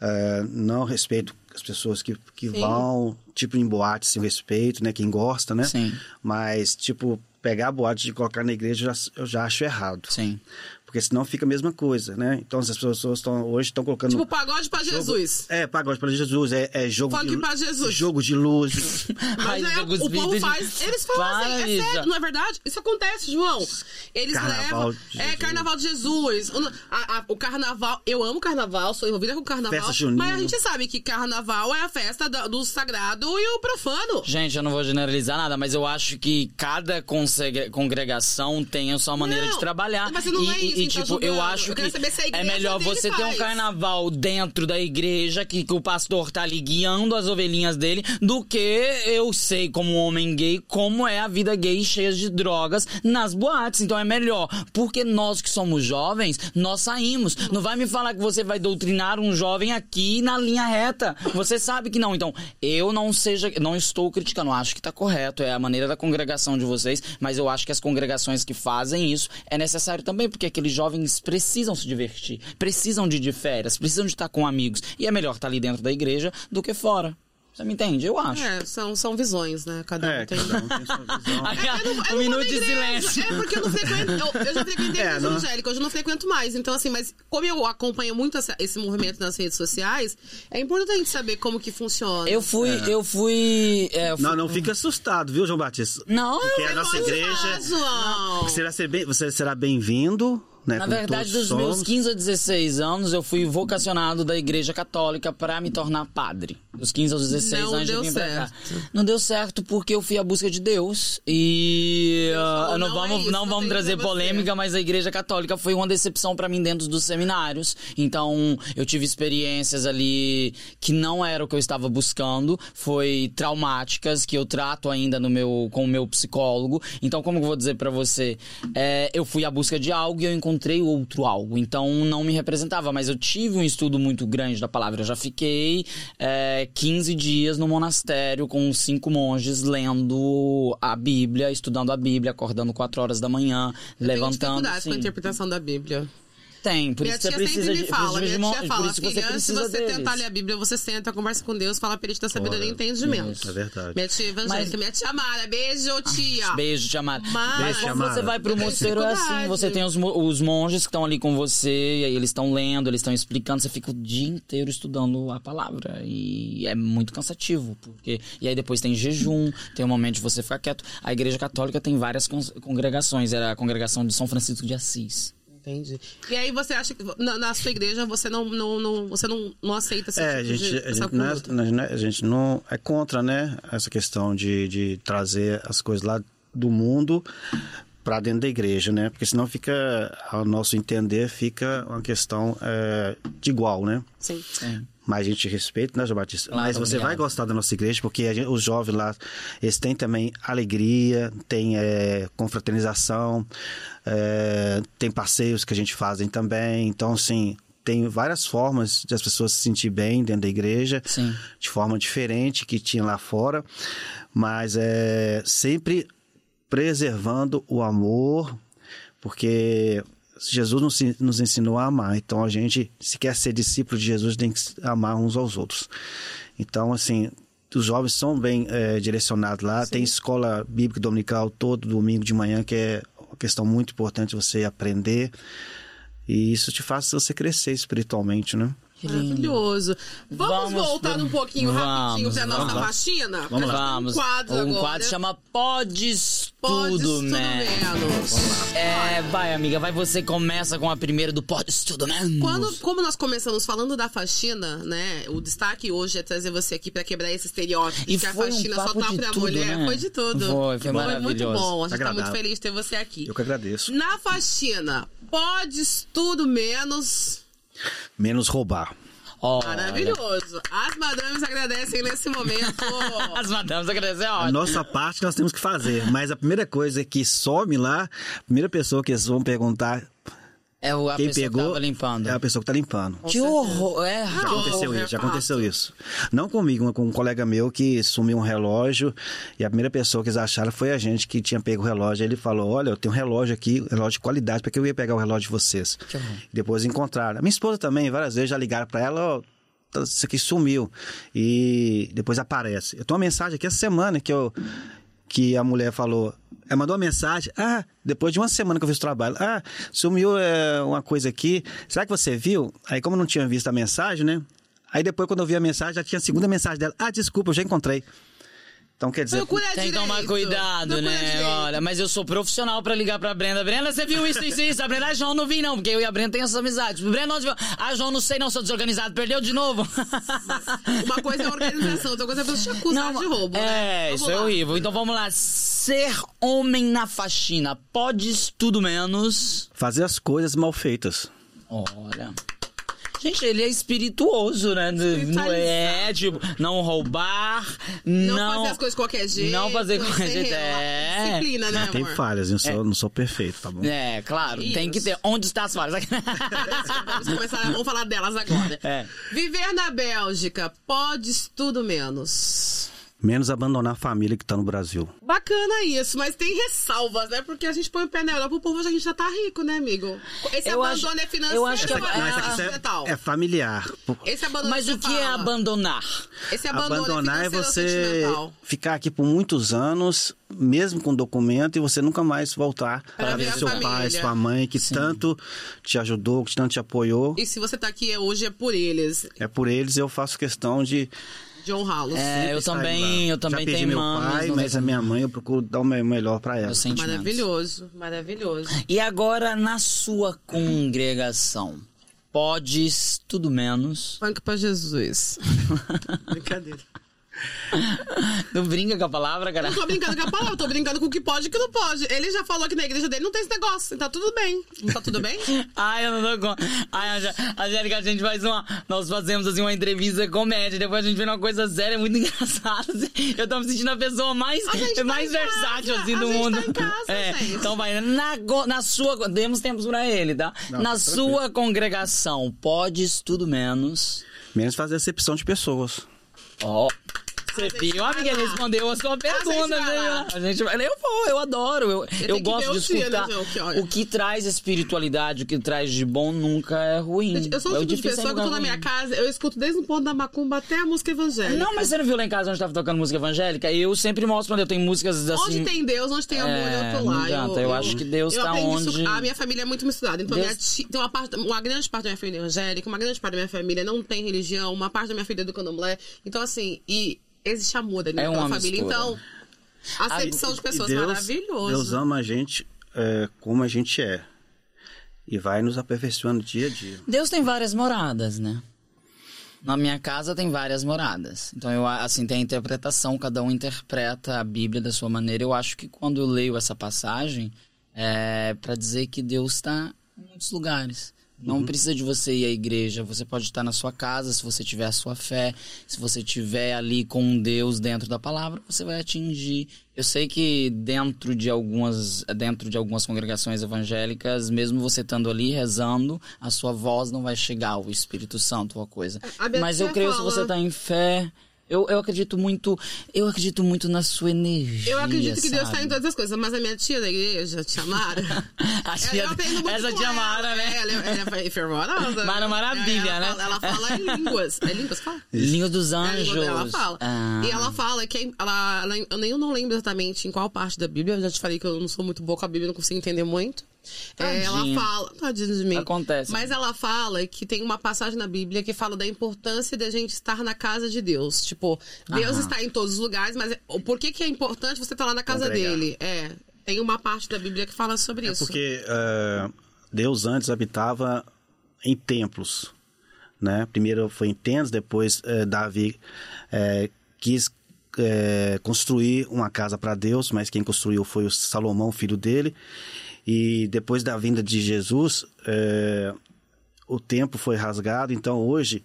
Speaker 3: eh, não respeito as pessoas que, que vão, tipo, em boate, sem respeito, né? Quem gosta, né?
Speaker 2: Sim.
Speaker 3: Mas, tipo, pegar a boate e colocar na igreja, eu já, eu já acho errado.
Speaker 2: Sim.
Speaker 3: Porque senão fica a mesma coisa, né? Então, as pessoas tão, hoje estão colocando...
Speaker 1: Tipo, pagode pra
Speaker 3: jogo-
Speaker 1: Jesus.
Speaker 3: É, pagode pra Jesus, é, é jogo
Speaker 1: Funk
Speaker 3: de...
Speaker 1: pra Jesus.
Speaker 3: Jogo de luz.
Speaker 1: Mas
Speaker 2: Ai,
Speaker 1: é,
Speaker 2: jogos
Speaker 1: o povo
Speaker 2: vídeos de-
Speaker 1: faz. Eles fazem,
Speaker 2: Para,
Speaker 1: é sério,
Speaker 2: Isa.
Speaker 1: não é verdade? Isso acontece, João. Eles
Speaker 3: Carnaval
Speaker 1: levam.
Speaker 3: de
Speaker 1: É,
Speaker 3: Jesus.
Speaker 1: carnaval de Jesus. O, a- a- o carnaval. Eu amo carnaval, sou envolvida com carnaval.
Speaker 3: Festa junina.
Speaker 1: Mas a gente sabe que carnaval é a festa da- do sagrado e o profano.
Speaker 2: Gente, eu não vou generalizar nada, mas eu acho que cada consegre- congregação tem a sua maneira
Speaker 1: Não,
Speaker 2: de trabalhar.
Speaker 1: mas não
Speaker 2: e,
Speaker 1: é isso
Speaker 2: e,
Speaker 1: que tá
Speaker 2: tipo,
Speaker 1: julgando.
Speaker 2: eu acho
Speaker 1: Eu
Speaker 2: que
Speaker 1: quero saber se a
Speaker 2: é
Speaker 1: igreja
Speaker 2: melhor
Speaker 1: dele
Speaker 2: você ter um
Speaker 1: faz.
Speaker 2: carnaval dentro da igreja, que, que o pastor tá ali guiando as ovelhinhas dele, do que eu sei como homem gay, como é a vida gay cheia de drogas nas boates. Então é melhor, porque nós que somos jovens, nós saímos. Não vai me falar que você vai doutrinar um jovem aqui na linha reta. Você sabe que não. Então, eu não seja, não estou criticando, eu acho que tá correto, é a maneira da congregação de vocês, mas eu acho que as congregações que fazem isso é necessário também, porque aqueles jovens precisam se divertir, precisam de ir de férias, precisam de estar com amigos, e é melhor estar ali dentro da igreja do que fora. Você me entende? Eu acho.
Speaker 1: É, são, são visões, né? Cada um
Speaker 3: é,
Speaker 1: tem.
Speaker 3: cada um tem sua visão.
Speaker 2: Aqui,
Speaker 1: Eu não- eu não
Speaker 2: um
Speaker 1: vou
Speaker 2: minuto
Speaker 1: na
Speaker 2: de
Speaker 1: É, igreja.
Speaker 2: silêncio.
Speaker 1: É porque eu não frequento. Eu, eu já frequentei
Speaker 3: É,
Speaker 1: igreja
Speaker 3: não-
Speaker 1: evangélica, hoje eu não frequento mais. Então, assim, mas como eu acompanho muito essa- esse movimento nas redes sociais, é importante saber como que funciona.
Speaker 2: Eu fui, eu fui, é, eu fui-
Speaker 3: Não, não fica assustado, viu, João Batista?
Speaker 2: Não, eu-
Speaker 3: Porque a nossa
Speaker 1: Pode
Speaker 3: igreja...
Speaker 1: falar, João.
Speaker 3: Você será, ser bem, você será bem-vindo, né?
Speaker 2: Na
Speaker 3: como
Speaker 2: verdade,
Speaker 3: todos
Speaker 2: dos meus
Speaker 3: somos.
Speaker 2: 15 a 16 anos, eu fui vocacionado da Igreja Católica para me tornar padre. Dos 15 aos 16
Speaker 1: Não
Speaker 2: anos
Speaker 1: deu
Speaker 2: eu vim pra cá.
Speaker 1: certo.
Speaker 2: Não deu certo porque eu fui à busca de Deus. E ah,
Speaker 1: falou,
Speaker 2: não,
Speaker 1: "Não é
Speaker 2: vamos,
Speaker 1: isso,
Speaker 2: não
Speaker 1: não
Speaker 2: vamos
Speaker 1: tem
Speaker 2: trazer
Speaker 1: pra você."
Speaker 2: polêmica, mas a Igreja Católica foi uma decepção para mim dentro dos seminários. Então, eu tive experiências ali que não era o que eu estava buscando. Foi traumáticas que eu trato ainda no meu, com o meu psicólogo. Então, como eu vou dizer para você? É, eu fui à busca de algo e eu encontrei outro algo. Então, não me representava, mas eu tive um estudo muito grande da palavra. Eu já fiquei é, 15 dias no monastério com cinco monges lendo a Bíblia, estudando a Bíblia, acordando 4 horas da manhã, levantando.
Speaker 1: dificuldade com a
Speaker 2: sim.
Speaker 1: interpretação da Bíblia.
Speaker 2: Tem, por
Speaker 1: minha
Speaker 2: isso que
Speaker 1: tia
Speaker 2: você
Speaker 1: sempre
Speaker 2: precisa de.
Speaker 1: me fala,
Speaker 2: precisa de
Speaker 1: minha
Speaker 2: mon-
Speaker 1: tia
Speaker 2: por
Speaker 1: fala,
Speaker 2: isso que você
Speaker 1: filha, se
Speaker 2: precisa
Speaker 1: você
Speaker 2: deles.
Speaker 1: tentar ler a Bíblia, você senta, conversa com Deus, fala pra ele te dar sabedoria e
Speaker 3: Ora,
Speaker 1: entendimento.
Speaker 3: isso, é verdade.
Speaker 1: Minha tia evangélica,
Speaker 2: Mas-
Speaker 1: minha tia Mara, beijo, tia.
Speaker 2: Beijo, te amar.
Speaker 1: Mas-
Speaker 2: Mas
Speaker 3: Beijo, te
Speaker 2: quando
Speaker 3: amar.
Speaker 2: você vai pro
Speaker 1: Eu tenho
Speaker 2: mosteiro é assim,
Speaker 1: dificuldade.
Speaker 2: você tem os, mo- os monges que estão ali com você, e aí eles estão lendo, eles estão explicando, você fica o dia inteiro estudando a palavra. E é muito cansativo, porque. E aí depois tem jejum, tem um momento de você ficar quieto. A igreja católica tem várias cons- congregações, era a congregação de São Francisco de Assis.
Speaker 1: Entendi. E aí você acha que na, na sua igreja você não, não, não- você não, não aceita esse
Speaker 3: É, a
Speaker 1: tipo
Speaker 3: gente,
Speaker 1: de,
Speaker 3: a,
Speaker 1: essa
Speaker 3: gente, não é-
Speaker 1: conduta?
Speaker 3: nós- né, a gente não é contra, né? Essa questão de, de trazer as coisas lá do mundo para dentro da igreja, né? Porque senão fica, ao nosso entender, fica uma questão é, de igual, né?
Speaker 2: assim.
Speaker 1: Sim.
Speaker 3: Mas a gente respeita, né, João Batista?
Speaker 2: Claro,
Speaker 3: Mas você
Speaker 2: obrigado.
Speaker 3: vai gostar da nossa igreja, porque a gente- os jovens lá, eles têm também alegria, tem eh, confraternização, eh, tem passeios que a gente fazem também. Então, assim, tem várias formas de as pessoas se sentir bem dentro da igreja,
Speaker 2: Sim.
Speaker 3: de forma diferente que tinha lá fora. Mas é sempre preservando o amor, porque Jesus nos, en- nos ensinou a amar. Então a gente, se quer ser discípulo de Jesus, tem que se amar uns aos outros. Então, assim, os jovens são bem eh, direcionados lá. Tem escola bíblica dominical todo domingo de manhã, que é uma questão muito importante você aprender. E isso te faz você crescer espiritualmente, né?
Speaker 2: Que lindo.
Speaker 1: Maravilhoso. Ah, Vamos,
Speaker 2: Vamos,
Speaker 1: voltar
Speaker 2: vamos.
Speaker 1: um pouquinho rapidinho
Speaker 2: Vamos,
Speaker 1: pra nossa
Speaker 2: vamos.
Speaker 1: faxina? Porque
Speaker 2: Vamos
Speaker 1: a gente tem
Speaker 2: lá.
Speaker 1: Um quadro agora.
Speaker 2: um quadro chama Podes
Speaker 1: Podes
Speaker 2: Tudo, Man.
Speaker 1: menos.
Speaker 2: É, vai, amiga, vai você começa com a primeira do Podes Tudo Menos.
Speaker 1: Quando, como nós começamos falando da faxina, né? O destaque hoje é trazer você aqui pra quebrar esse estereótipo
Speaker 2: E
Speaker 1: que a
Speaker 2: foi um
Speaker 1: faxina só
Speaker 2: papo
Speaker 1: tá
Speaker 2: de
Speaker 1: pra
Speaker 2: tudo,
Speaker 1: mulher.
Speaker 2: né?
Speaker 1: Foi de tudo.
Speaker 2: Foi, foi
Speaker 1: muito
Speaker 2: maravilhoso.
Speaker 1: bom. A gente tá muito
Speaker 3: Agradável.
Speaker 1: feliz de ter você aqui.
Speaker 3: Eu que agradeço.
Speaker 1: Na faxina, podes tudo menos.
Speaker 3: Menos roubar.
Speaker 2: Olha.
Speaker 1: Maravilhoso. As madames agradecem nesse momento.
Speaker 2: As madames agradecem, é ó.
Speaker 3: A nossa parte que nós temos que fazer, mas a primeira coisa é que some lá, a primeira pessoa que eles vão perguntar
Speaker 2: É o- a
Speaker 3: quem
Speaker 2: pessoa
Speaker 3: pegou
Speaker 2: que tava limpando.
Speaker 3: é a pessoa que tá limpando.
Speaker 2: Que horror, é.
Speaker 3: Já
Speaker 1: Não,
Speaker 3: aconteceu isso, já
Speaker 1: refato.
Speaker 3: aconteceu isso. Não comigo, mas com um colega meu que sumiu um relógio e a primeira pessoa que eles acharam foi a gente que tinha pego o relógio. Aí ele falou: Olha, eu tenho um relógio aqui, um relógio de qualidade, porque eu ia pegar o relógio de vocês.
Speaker 2: horror.
Speaker 3: Depois encontraram. Minha esposa também, várias vezes já ligaram pra ela: Ó, tá, isso aqui sumiu. E depois aparece. Eu tenho uma mensagem aqui essa semana que eu que a mulher falou. Ela mandou uma mensagem. Ah, depois de uma semana que eu fiz o trabalho. Ah, sumiu é, uma coisa aqui. Será que você viu? Aí, como eu não tinha visto a mensagem, né? Aí depois, quando eu vi a mensagem, já tinha a segunda mensagem dela. Ah, desculpa, eu já encontrei. Então, quer dizer...
Speaker 1: Procura
Speaker 2: Tem que
Speaker 1: Tá direito.
Speaker 2: tomar cuidado,
Speaker 1: Procura
Speaker 2: né?
Speaker 1: direito.
Speaker 2: Olha, mas eu sou profissional pra ligar pra Brenda. Brenda, você viu isso, isso, isso? A Brenda, ah, João, não vi não, porque eu e a Brenda tem essas amizades. Brenda, onde viu? Ah, João, não sei não, sou desorganizado. Perdeu de novo.
Speaker 1: Uma coisa é organização, outra coisa é você te acusar de roubo.
Speaker 2: É,
Speaker 1: né? Vamos
Speaker 2: isso é
Speaker 1: lá.
Speaker 2: horrível. Então vamos lá. Ser homem na faxina. Podes tudo menos.
Speaker 3: Fazer as coisas mal feitas.
Speaker 2: Olha. Gente, ele é espirituoso, né? Não é, tipo, não roubar, não.
Speaker 1: Não, fazer as coisas de qualquer jeito.
Speaker 2: Não fazer de qualquer
Speaker 1: sem
Speaker 2: jeito, é.
Speaker 1: Disciplina, né, amor?
Speaker 3: Tem falhas, eu sou- não sou perfeito, tá bom?
Speaker 2: É, claro, tem que
Speaker 1: Isso.
Speaker 2: ter. Onde está as falhas?
Speaker 1: Vamos começar, vamos falar delas agora.
Speaker 2: É.
Speaker 1: Viver na Bélgica, podes tudo menos.
Speaker 3: Menos abandonar a família que tá no Brasil.
Speaker 1: Bacana isso, mas tem ressalvas, né? Porque a gente põe o pé na Europa, o povo já, a gente já tá rico, né, amigo? Esse
Speaker 2: Eu acho-
Speaker 1: abandono é financeiro
Speaker 2: eu acho que
Speaker 1: ou
Speaker 2: é-
Speaker 1: é,
Speaker 2: mas
Speaker 3: isso é-
Speaker 1: sentimental?
Speaker 3: é familiar.
Speaker 1: Esse abandono
Speaker 2: Mas o que é
Speaker 1: fala?
Speaker 2: abandonar?
Speaker 1: Esse abandono
Speaker 3: Abandonar é
Speaker 1: financeiro ou
Speaker 3: você
Speaker 1: sentimental?
Speaker 3: ficar aqui por muitos anos, mesmo com documento, e você nunca mais voltar para
Speaker 1: ver
Speaker 3: ver
Speaker 1: a
Speaker 3: seu pai,
Speaker 1: família.
Speaker 3: sua mãe, que tanto te ajudou, que tanto te apoiou.
Speaker 1: E se você tá aqui hoje é por eles,
Speaker 3: É por eles eu faço questão de.
Speaker 1: John Halos.
Speaker 2: É, eu
Speaker 3: estar
Speaker 2: também,
Speaker 3: lá.
Speaker 2: eu também
Speaker 3: Já perdi
Speaker 2: tenho
Speaker 3: meu
Speaker 2: mamas,
Speaker 3: pai,
Speaker 2: não
Speaker 3: mas
Speaker 2: tem-
Speaker 3: a minha mãe eu procuro dar o meu melhor para ela.
Speaker 2: Meus sentimentos.
Speaker 1: Maravilhoso, maravilhoso.
Speaker 2: E agora, na sua congregação, podes tudo menos.
Speaker 1: Funk pra Jesus. Brincadeira.
Speaker 2: Não brinca com a palavra, cara.
Speaker 1: Não tô brincando com a palavra, eu tô brincando com o que pode e o que não pode. Ele já falou que na igreja dele não tem esse negócio. Tá tudo bem. Não tá tudo bem?
Speaker 2: Ai, eu não dou conta. Ai, Angé- Angélica, a gente faz uma. Nós fazemos assim uma entrevista comédia, depois a gente vê uma coisa séria, é muito engraçada. assim. Eu tô me sentindo a pessoa mais,
Speaker 1: A gente tá
Speaker 2: mais
Speaker 1: em casa,
Speaker 2: versátil assim
Speaker 1: a
Speaker 2: do
Speaker 1: gente
Speaker 2: mundo.
Speaker 1: tá em casa,
Speaker 2: é,
Speaker 1: gente.
Speaker 2: então vai. Na, go- na sua. Demos tempos pra ele, tá?
Speaker 3: Não,
Speaker 2: na
Speaker 3: tá
Speaker 2: sua congregação, podes tudo menos.
Speaker 3: Menos fazer acepção de pessoas.
Speaker 2: Ó. Você
Speaker 1: gente
Speaker 2: viu,
Speaker 1: vai
Speaker 2: amiga? Ele
Speaker 1: lá.
Speaker 2: respondeu a
Speaker 1: Ah,
Speaker 2: sua pergunta,
Speaker 1: vai
Speaker 2: né?
Speaker 1: lá.
Speaker 2: A gente vai. Eu vou, eu adoro. Eu, eu
Speaker 1: tem que ver
Speaker 2: gosto de
Speaker 1: os filhos,
Speaker 2: escutar.
Speaker 1: né, o que olha.
Speaker 2: O que traz espiritualidade, o que traz de bom nunca é ruim.
Speaker 1: Eu sou o
Speaker 2: é
Speaker 1: tipo de
Speaker 2: difícil é
Speaker 1: pessoa que eu
Speaker 2: lugar
Speaker 1: tô na minha
Speaker 2: ruim.
Speaker 1: casa, eu escuto desde o ponto da macumba até a música evangélica.
Speaker 2: Não, mas você não viu lá em casa onde tava tocando música evangélica? Eu sempre mostro quando eu tenho músicas assim.
Speaker 1: Onde tem Deus, onde tem amor,
Speaker 2: é,
Speaker 1: eu tô
Speaker 2: não
Speaker 1: lá.
Speaker 2: adianta, eu acho que Deus
Speaker 1: eu
Speaker 2: tá
Speaker 1: aprendi
Speaker 2: onde-
Speaker 1: Isso. A minha família é muito misturada. Então,
Speaker 2: Deus-
Speaker 1: minha tia- tem uma, parte, uma grande parte da minha família é evangélica, uma grande parte da minha família não tem religião, uma parte da minha família é do candomblé. Então, assim, e existe amor ali
Speaker 2: É
Speaker 1: naquela
Speaker 2: uma
Speaker 1: família.
Speaker 2: mistura.
Speaker 1: Então, acepção de pessoas,
Speaker 3: E Deus-
Speaker 1: maravilhoso.
Speaker 3: Deus ama a gente é, como a gente é. E vai nos aperfeiçoando dia a dia.
Speaker 2: Deus tem várias moradas, né? Na minha casa tem várias moradas. Então, eu, a- assim, tem a interpretação, cada um interpreta a Bíblia da sua maneira. Eu acho que quando eu leio essa passagem, é para dizer que Deus está em muitos lugares. Não precisa de você ir à igreja, você pode estar na sua casa, se você tiver a sua fé, se você tiver ali com Deus dentro da palavra, você vai atingir. Eu sei que dentro de algumas, dentro de algumas congregações evangélicas, mesmo você estando ali rezando, a sua voz não vai chegar ao Espírito Santo ou a coisa.
Speaker 1: A Beatriz
Speaker 2: Mas eu creio
Speaker 1: fala-
Speaker 2: se você está em fé, eu, eu acredito muito, eu acredito muito na sua energia.
Speaker 1: Eu acredito que Deus
Speaker 2: sabe?
Speaker 1: tá em todas as coisas, mas a minha tia da igreja, tia Mara.
Speaker 2: A
Speaker 1: eu-
Speaker 2: tia-
Speaker 1: eu aprendo muito
Speaker 2: essa
Speaker 1: com
Speaker 2: tia
Speaker 1: ela.
Speaker 2: Mara, né?
Speaker 1: É, Ela, ela é fervorosa.
Speaker 2: Mara Maravilha,
Speaker 1: ela,
Speaker 2: né?
Speaker 1: Fala, ela fala em línguas. É línguas? que Fala?
Speaker 2: Língua dos
Speaker 1: É a língua
Speaker 2: Anjos.
Speaker 1: dela, Ela fala.
Speaker 2: Ah.
Speaker 1: E ela fala que é- ela, ela- eu nem eu não lembro exatamente em qual parte da Bíblia. Eu já te falei que eu não sou muito boa com a Bíblia, não consigo entender muito. É, ela
Speaker 2: Tadinha.
Speaker 1: fala. Tadinha de mim.
Speaker 2: Acontece.
Speaker 1: Mas ela fala que tem uma passagem na Bíblia que fala da importância da gente estar na casa de Deus. Tipo, Deus
Speaker 2: Aham.
Speaker 1: está em todos os lugares, mas é- o- por que, que é importante você estar lá na casa
Speaker 3: Congregar.
Speaker 1: dele? É. Tem uma parte da Bíblia que fala sobre
Speaker 3: É
Speaker 1: isso.
Speaker 3: porque ah, Deus antes habitava em templos, né? Primeiro foi em tendas, depois eh, Davi eh, quis eh, construir uma casa para Deus, mas quem construiu foi o Salomão, filho dele. E depois da vinda de Jesus, eh, o templo foi rasgado. Então hoje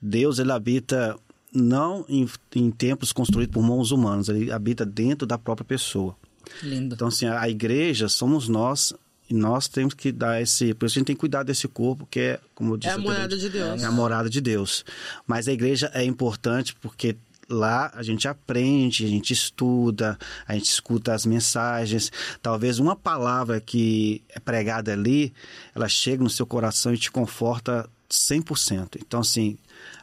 Speaker 3: Deus ele habita não em, em templos construídos por mãos humanas, ele habita dentro da própria pessoa.
Speaker 2: Ah, Lindo.
Speaker 3: Então, assim, a igreja somos nós e nós temos que dar esse. Por isso a gente tem que cuidar desse corpo, que é, como eu disse,
Speaker 1: É a morada de Deus.
Speaker 3: É a morada de Deus. Mas a igreja é importante porque lá a gente aprende, a gente estuda, a gente escuta as mensagens. Talvez uma palavra que é pregada ali, ela chega no seu coração e te conforta 100%. Então, assim,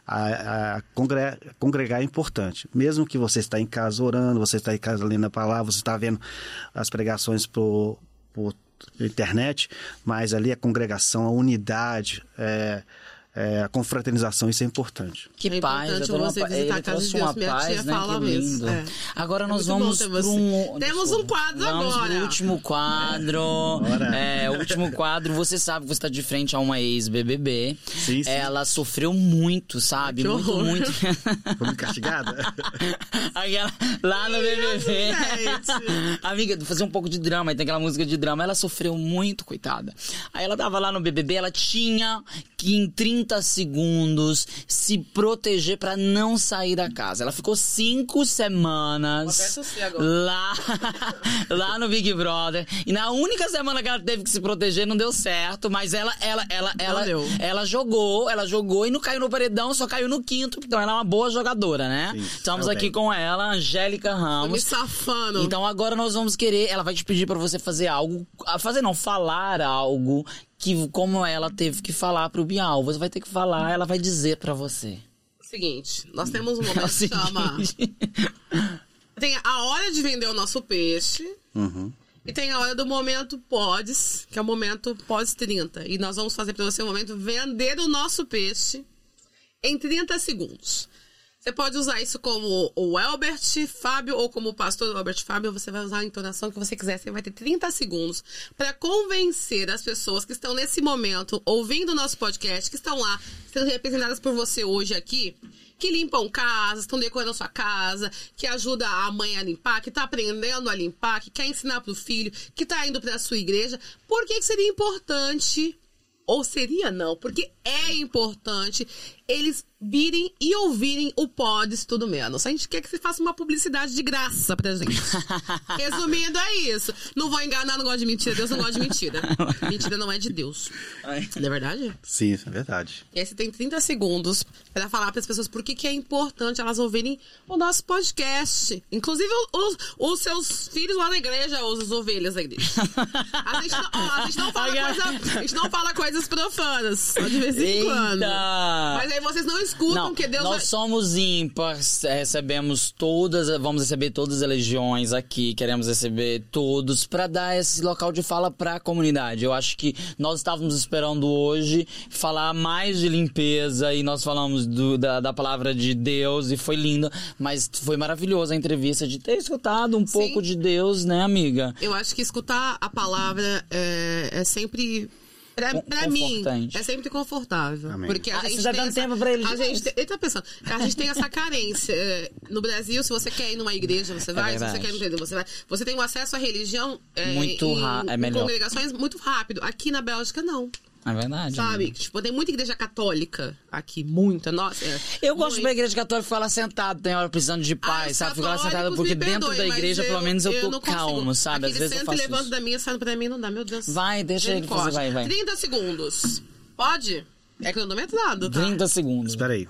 Speaker 3: a, a congregar, congregar é importante. Mesmo que você está em casa orando, você está em casa lendo a palavra, você está vendo as pregações por, por internet, mas ali a congregação, a unidade, é, é, a confraternização, isso é importante.
Speaker 2: Que
Speaker 1: É
Speaker 2: paz,
Speaker 1: importante
Speaker 2: eu tô numa
Speaker 1: você
Speaker 2: pa-
Speaker 1: visitar a
Speaker 2: ele
Speaker 1: casa
Speaker 2: trouxe
Speaker 1: de Deus,
Speaker 2: uma
Speaker 1: minha
Speaker 2: paz,
Speaker 1: tia
Speaker 2: né?
Speaker 1: fala
Speaker 2: que
Speaker 1: mesmo.
Speaker 2: lindo.
Speaker 1: É.
Speaker 2: Agora
Speaker 1: É
Speaker 2: nós
Speaker 1: muito bom
Speaker 2: vamos
Speaker 1: ter
Speaker 2: para
Speaker 1: você. Temos
Speaker 2: um... Desculpa.
Speaker 1: um quadro
Speaker 2: vamos
Speaker 1: agora.
Speaker 2: Pro último quadro. É, o último quadro, você sabe que você tá de frente a uma ex-BBB.
Speaker 3: Sim, sim.
Speaker 2: Ela sofreu muito, sabe?
Speaker 1: Que
Speaker 2: muito,
Speaker 1: horror.
Speaker 2: muito.
Speaker 3: Foi muito castigada?
Speaker 2: Aquela- lá no BBB.
Speaker 1: gente.
Speaker 2: Amiga, fazer um pouco de drama, aí tem aquela música de drama. Ela sofreu muito, coitada. Aí ela tava lá no BBB, ela tinha que em 30 segundos se proteger pra não sair da casa. Ela ficou cinco
Speaker 1: Vou até
Speaker 2: semanas
Speaker 1: tossir agora.
Speaker 2: lá, lá no Big Brother. E na única semana que ela teve que se proteger, não deu certo. Mas ela, ela, ela, ela,
Speaker 1: deu.
Speaker 2: ela jogou, ela jogou e não caiu no paredão, só caiu no quinto. Então ela é uma boa jogadora, né?
Speaker 3: Sim,
Speaker 2: Estamos
Speaker 3: também.
Speaker 2: aqui com ela, Angélica
Speaker 1: Tô Tá me
Speaker 2: Ramos.
Speaker 1: safando.
Speaker 2: Então agora nós vamos querer, ela vai te pedir pra você fazer algo, ah, fazer não, falar algo que como ela teve que falar pro Bial, você vai ter que falar, ela vai dizer pra você.
Speaker 1: Seguinte, nós temos um
Speaker 2: É o
Speaker 1: momento que chama...
Speaker 2: seguinte.
Speaker 1: Tem a hora de vender o nosso peixe
Speaker 3: Uhum.
Speaker 1: e tem a hora do momento podes, que é o momento pós 30. E nós vamos fazer pra você o momento vender o nosso peixe em 30 segundos. Você pode usar isso como o Albert Fábio ou como o pastor Albert Fábio. Você vai usar a entonação que você quiser. Você vai ter 30 segundos para convencer as pessoas que estão nesse momento ouvindo o nosso podcast, que estão lá sendo representadas por você hoje aqui, que limpam casa, estão decorando sua casa, que ajuda a mãe a limpar, que tá aprendendo a limpar, que quer ensinar pro filho, que tá indo pra sua igreja. Por que que seria importante ou seria não, porque é importante eles virem e ouvirem o Pods Tudo Menos. A gente quer que você faça uma publicidade de graça pra gente. Resumindo, é isso. Não vou enganar, não gosto de mentira. Deus não gosta de mentira. Mentira não é de Deus. Não é verdade?
Speaker 3: Sim, isso é verdade.
Speaker 1: E aí você tem 30 segundos pra falar pras pessoas por que, que é importante elas ouvirem o nosso podcast. Inclusive os, os seus filhos lá na igreja, os, as ovelhas da igreja. A gente não, ó, a gente não fala,
Speaker 2: Agora-
Speaker 1: coisa- a gente não fala coisas profanas, só de vez em
Speaker 2: Eita!
Speaker 1: quando. Mas aí vocês não escutam
Speaker 2: Não,
Speaker 1: que Deus
Speaker 2: nós
Speaker 1: vai...
Speaker 2: somos ímpares, é, recebemos todas, vamos receber todas as legiões aqui, queremos receber todos pra dar esse local de fala pra comunidade. Eu acho que nós estávamos esperando hoje falar mais de limpeza e nós falamos do- da, da palavra de Deus e foi lindo, mas foi maravilhosa a entrevista de ter escutado um
Speaker 1: Sim.
Speaker 2: pouco de Deus, né, amiga?
Speaker 1: Eu acho que escutar a palavra é, é sempre. Pra,
Speaker 2: Con-
Speaker 1: pra mim,
Speaker 2: confortante.
Speaker 1: é sempre confortável.
Speaker 3: Amém.
Speaker 1: Porque a
Speaker 2: Ah,
Speaker 1: gente
Speaker 2: você tá
Speaker 1: tem
Speaker 2: dando
Speaker 1: essa-
Speaker 2: tempo pra ele
Speaker 1: A
Speaker 2: demais.
Speaker 1: gente, ele tá pensando. A gente tem essa carência. É, No Brasil, se você quer ir numa igreja, você vai. se você
Speaker 2: É verdade.
Speaker 1: quer entender, você vai. Você tem um acesso à religião é,
Speaker 2: Muito
Speaker 1: em,
Speaker 2: ra- é
Speaker 1: em
Speaker 2: melhor.
Speaker 1: congregações muito rápido. Aqui na Bélgica, não.
Speaker 2: É verdade.
Speaker 1: Sabe?
Speaker 2: amiga.
Speaker 1: Tipo, tem muita igreja católica aqui. Muita. Nossa. é,
Speaker 2: Eu gosto
Speaker 1: muita.
Speaker 2: de ir pra igreja católica ficar lá sentado, tem hora precisando de
Speaker 1: Ah,
Speaker 2: paz,
Speaker 1: os
Speaker 2: sabe? Fico lá
Speaker 1: católicos,
Speaker 2: sentado
Speaker 1: me
Speaker 2: porque dentro
Speaker 1: perdoem,
Speaker 2: da
Speaker 1: mas
Speaker 2: igreja, pelo menos, eu, tô
Speaker 1: não consigo.
Speaker 2: calmo, sabe? Às
Speaker 1: Aquele
Speaker 2: vezes eu
Speaker 1: sento e
Speaker 2: faço
Speaker 1: levanto
Speaker 2: isso.
Speaker 1: da minha, sai pra mim, não dá, meu Deus.
Speaker 2: Vai, deixa ele
Speaker 1: Misericórdia.
Speaker 2: fazer, vai, vai.
Speaker 1: 30 segundos. Pode? É cronometrado, tá?
Speaker 2: 30 segundos.
Speaker 3: Espera aí.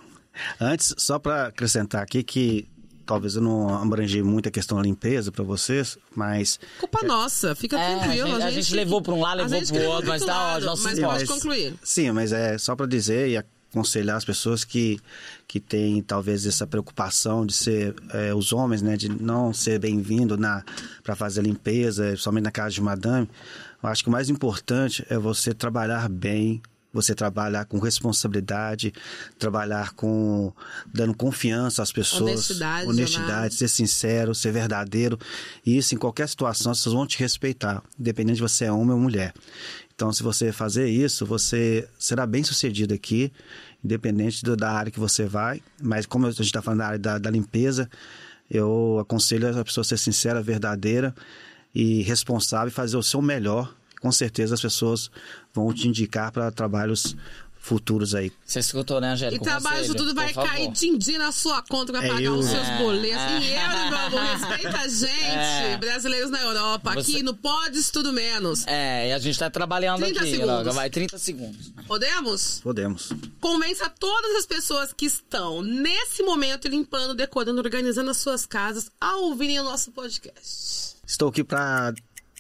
Speaker 3: Antes, só para acrescentar aqui que talvez eu não abrangi muito a questão da limpeza para vocês, mas
Speaker 1: Culpa nossa, fica
Speaker 2: É,
Speaker 1: tranquilo.
Speaker 2: a gente- a gente levou pra um lado,
Speaker 1: a
Speaker 2: levou
Speaker 1: gente
Speaker 2: pro
Speaker 1: levou
Speaker 2: outro, mas
Speaker 1: pro
Speaker 2: tá
Speaker 1: lado,
Speaker 2: ótimo, nosso
Speaker 1: Mas
Speaker 2: suporte.
Speaker 1: pode concluir.
Speaker 3: Sim, mas é só para dizer e aconselhar as pessoas que, que têm talvez essa preocupação de ser é, os homens, né, de não ser bem-vindo na para fazer limpeza, somente na casa de madame. Eu acho que o mais importante é você trabalhar bem, você trabalhar com responsabilidade, trabalhar com dando confiança às pessoas,
Speaker 1: Honestidade, Leonardo.
Speaker 3: honestidade, ser sincero, ser verdadeiro. E isso em qualquer situação, as pessoas vão te respeitar, independente de você é homem ou mulher. Então, se você fazer isso, você será bem sucedido aqui, independente do- da área que você vai. Mas como a gente está falando da área da, da limpeza, eu aconselho a pessoa a ser sincera, verdadeira e responsável e fazer o seu melhor. Com certeza as pessoas vão te indicar para trabalhos futuros aí.
Speaker 2: Você escutou, né,
Speaker 1: E
Speaker 2: Angélica? o
Speaker 1: trabalho de
Speaker 2: conselho?
Speaker 1: tudo vai
Speaker 2: Por favor.
Speaker 1: cair din-din na sua conta pra
Speaker 3: É
Speaker 1: pagar
Speaker 3: eu.
Speaker 1: os seus
Speaker 2: É.
Speaker 1: boletos.
Speaker 2: É.
Speaker 1: E eu, meu amor, respeita a gente,
Speaker 2: É.
Speaker 1: brasileiros na Europa, aqui
Speaker 2: Você-
Speaker 1: no Podes Tudo Menos.
Speaker 2: É, e a gente tá trabalhando
Speaker 1: 30
Speaker 2: aqui.
Speaker 1: segundos.
Speaker 2: Logo. Vai, 30 segundos.
Speaker 1: Podemos?
Speaker 3: Podemos.
Speaker 1: Convença todas as pessoas que estão nesse momento limpando, decorando, organizando as suas casas a ouvirem o nosso podcast.
Speaker 3: Estou aqui para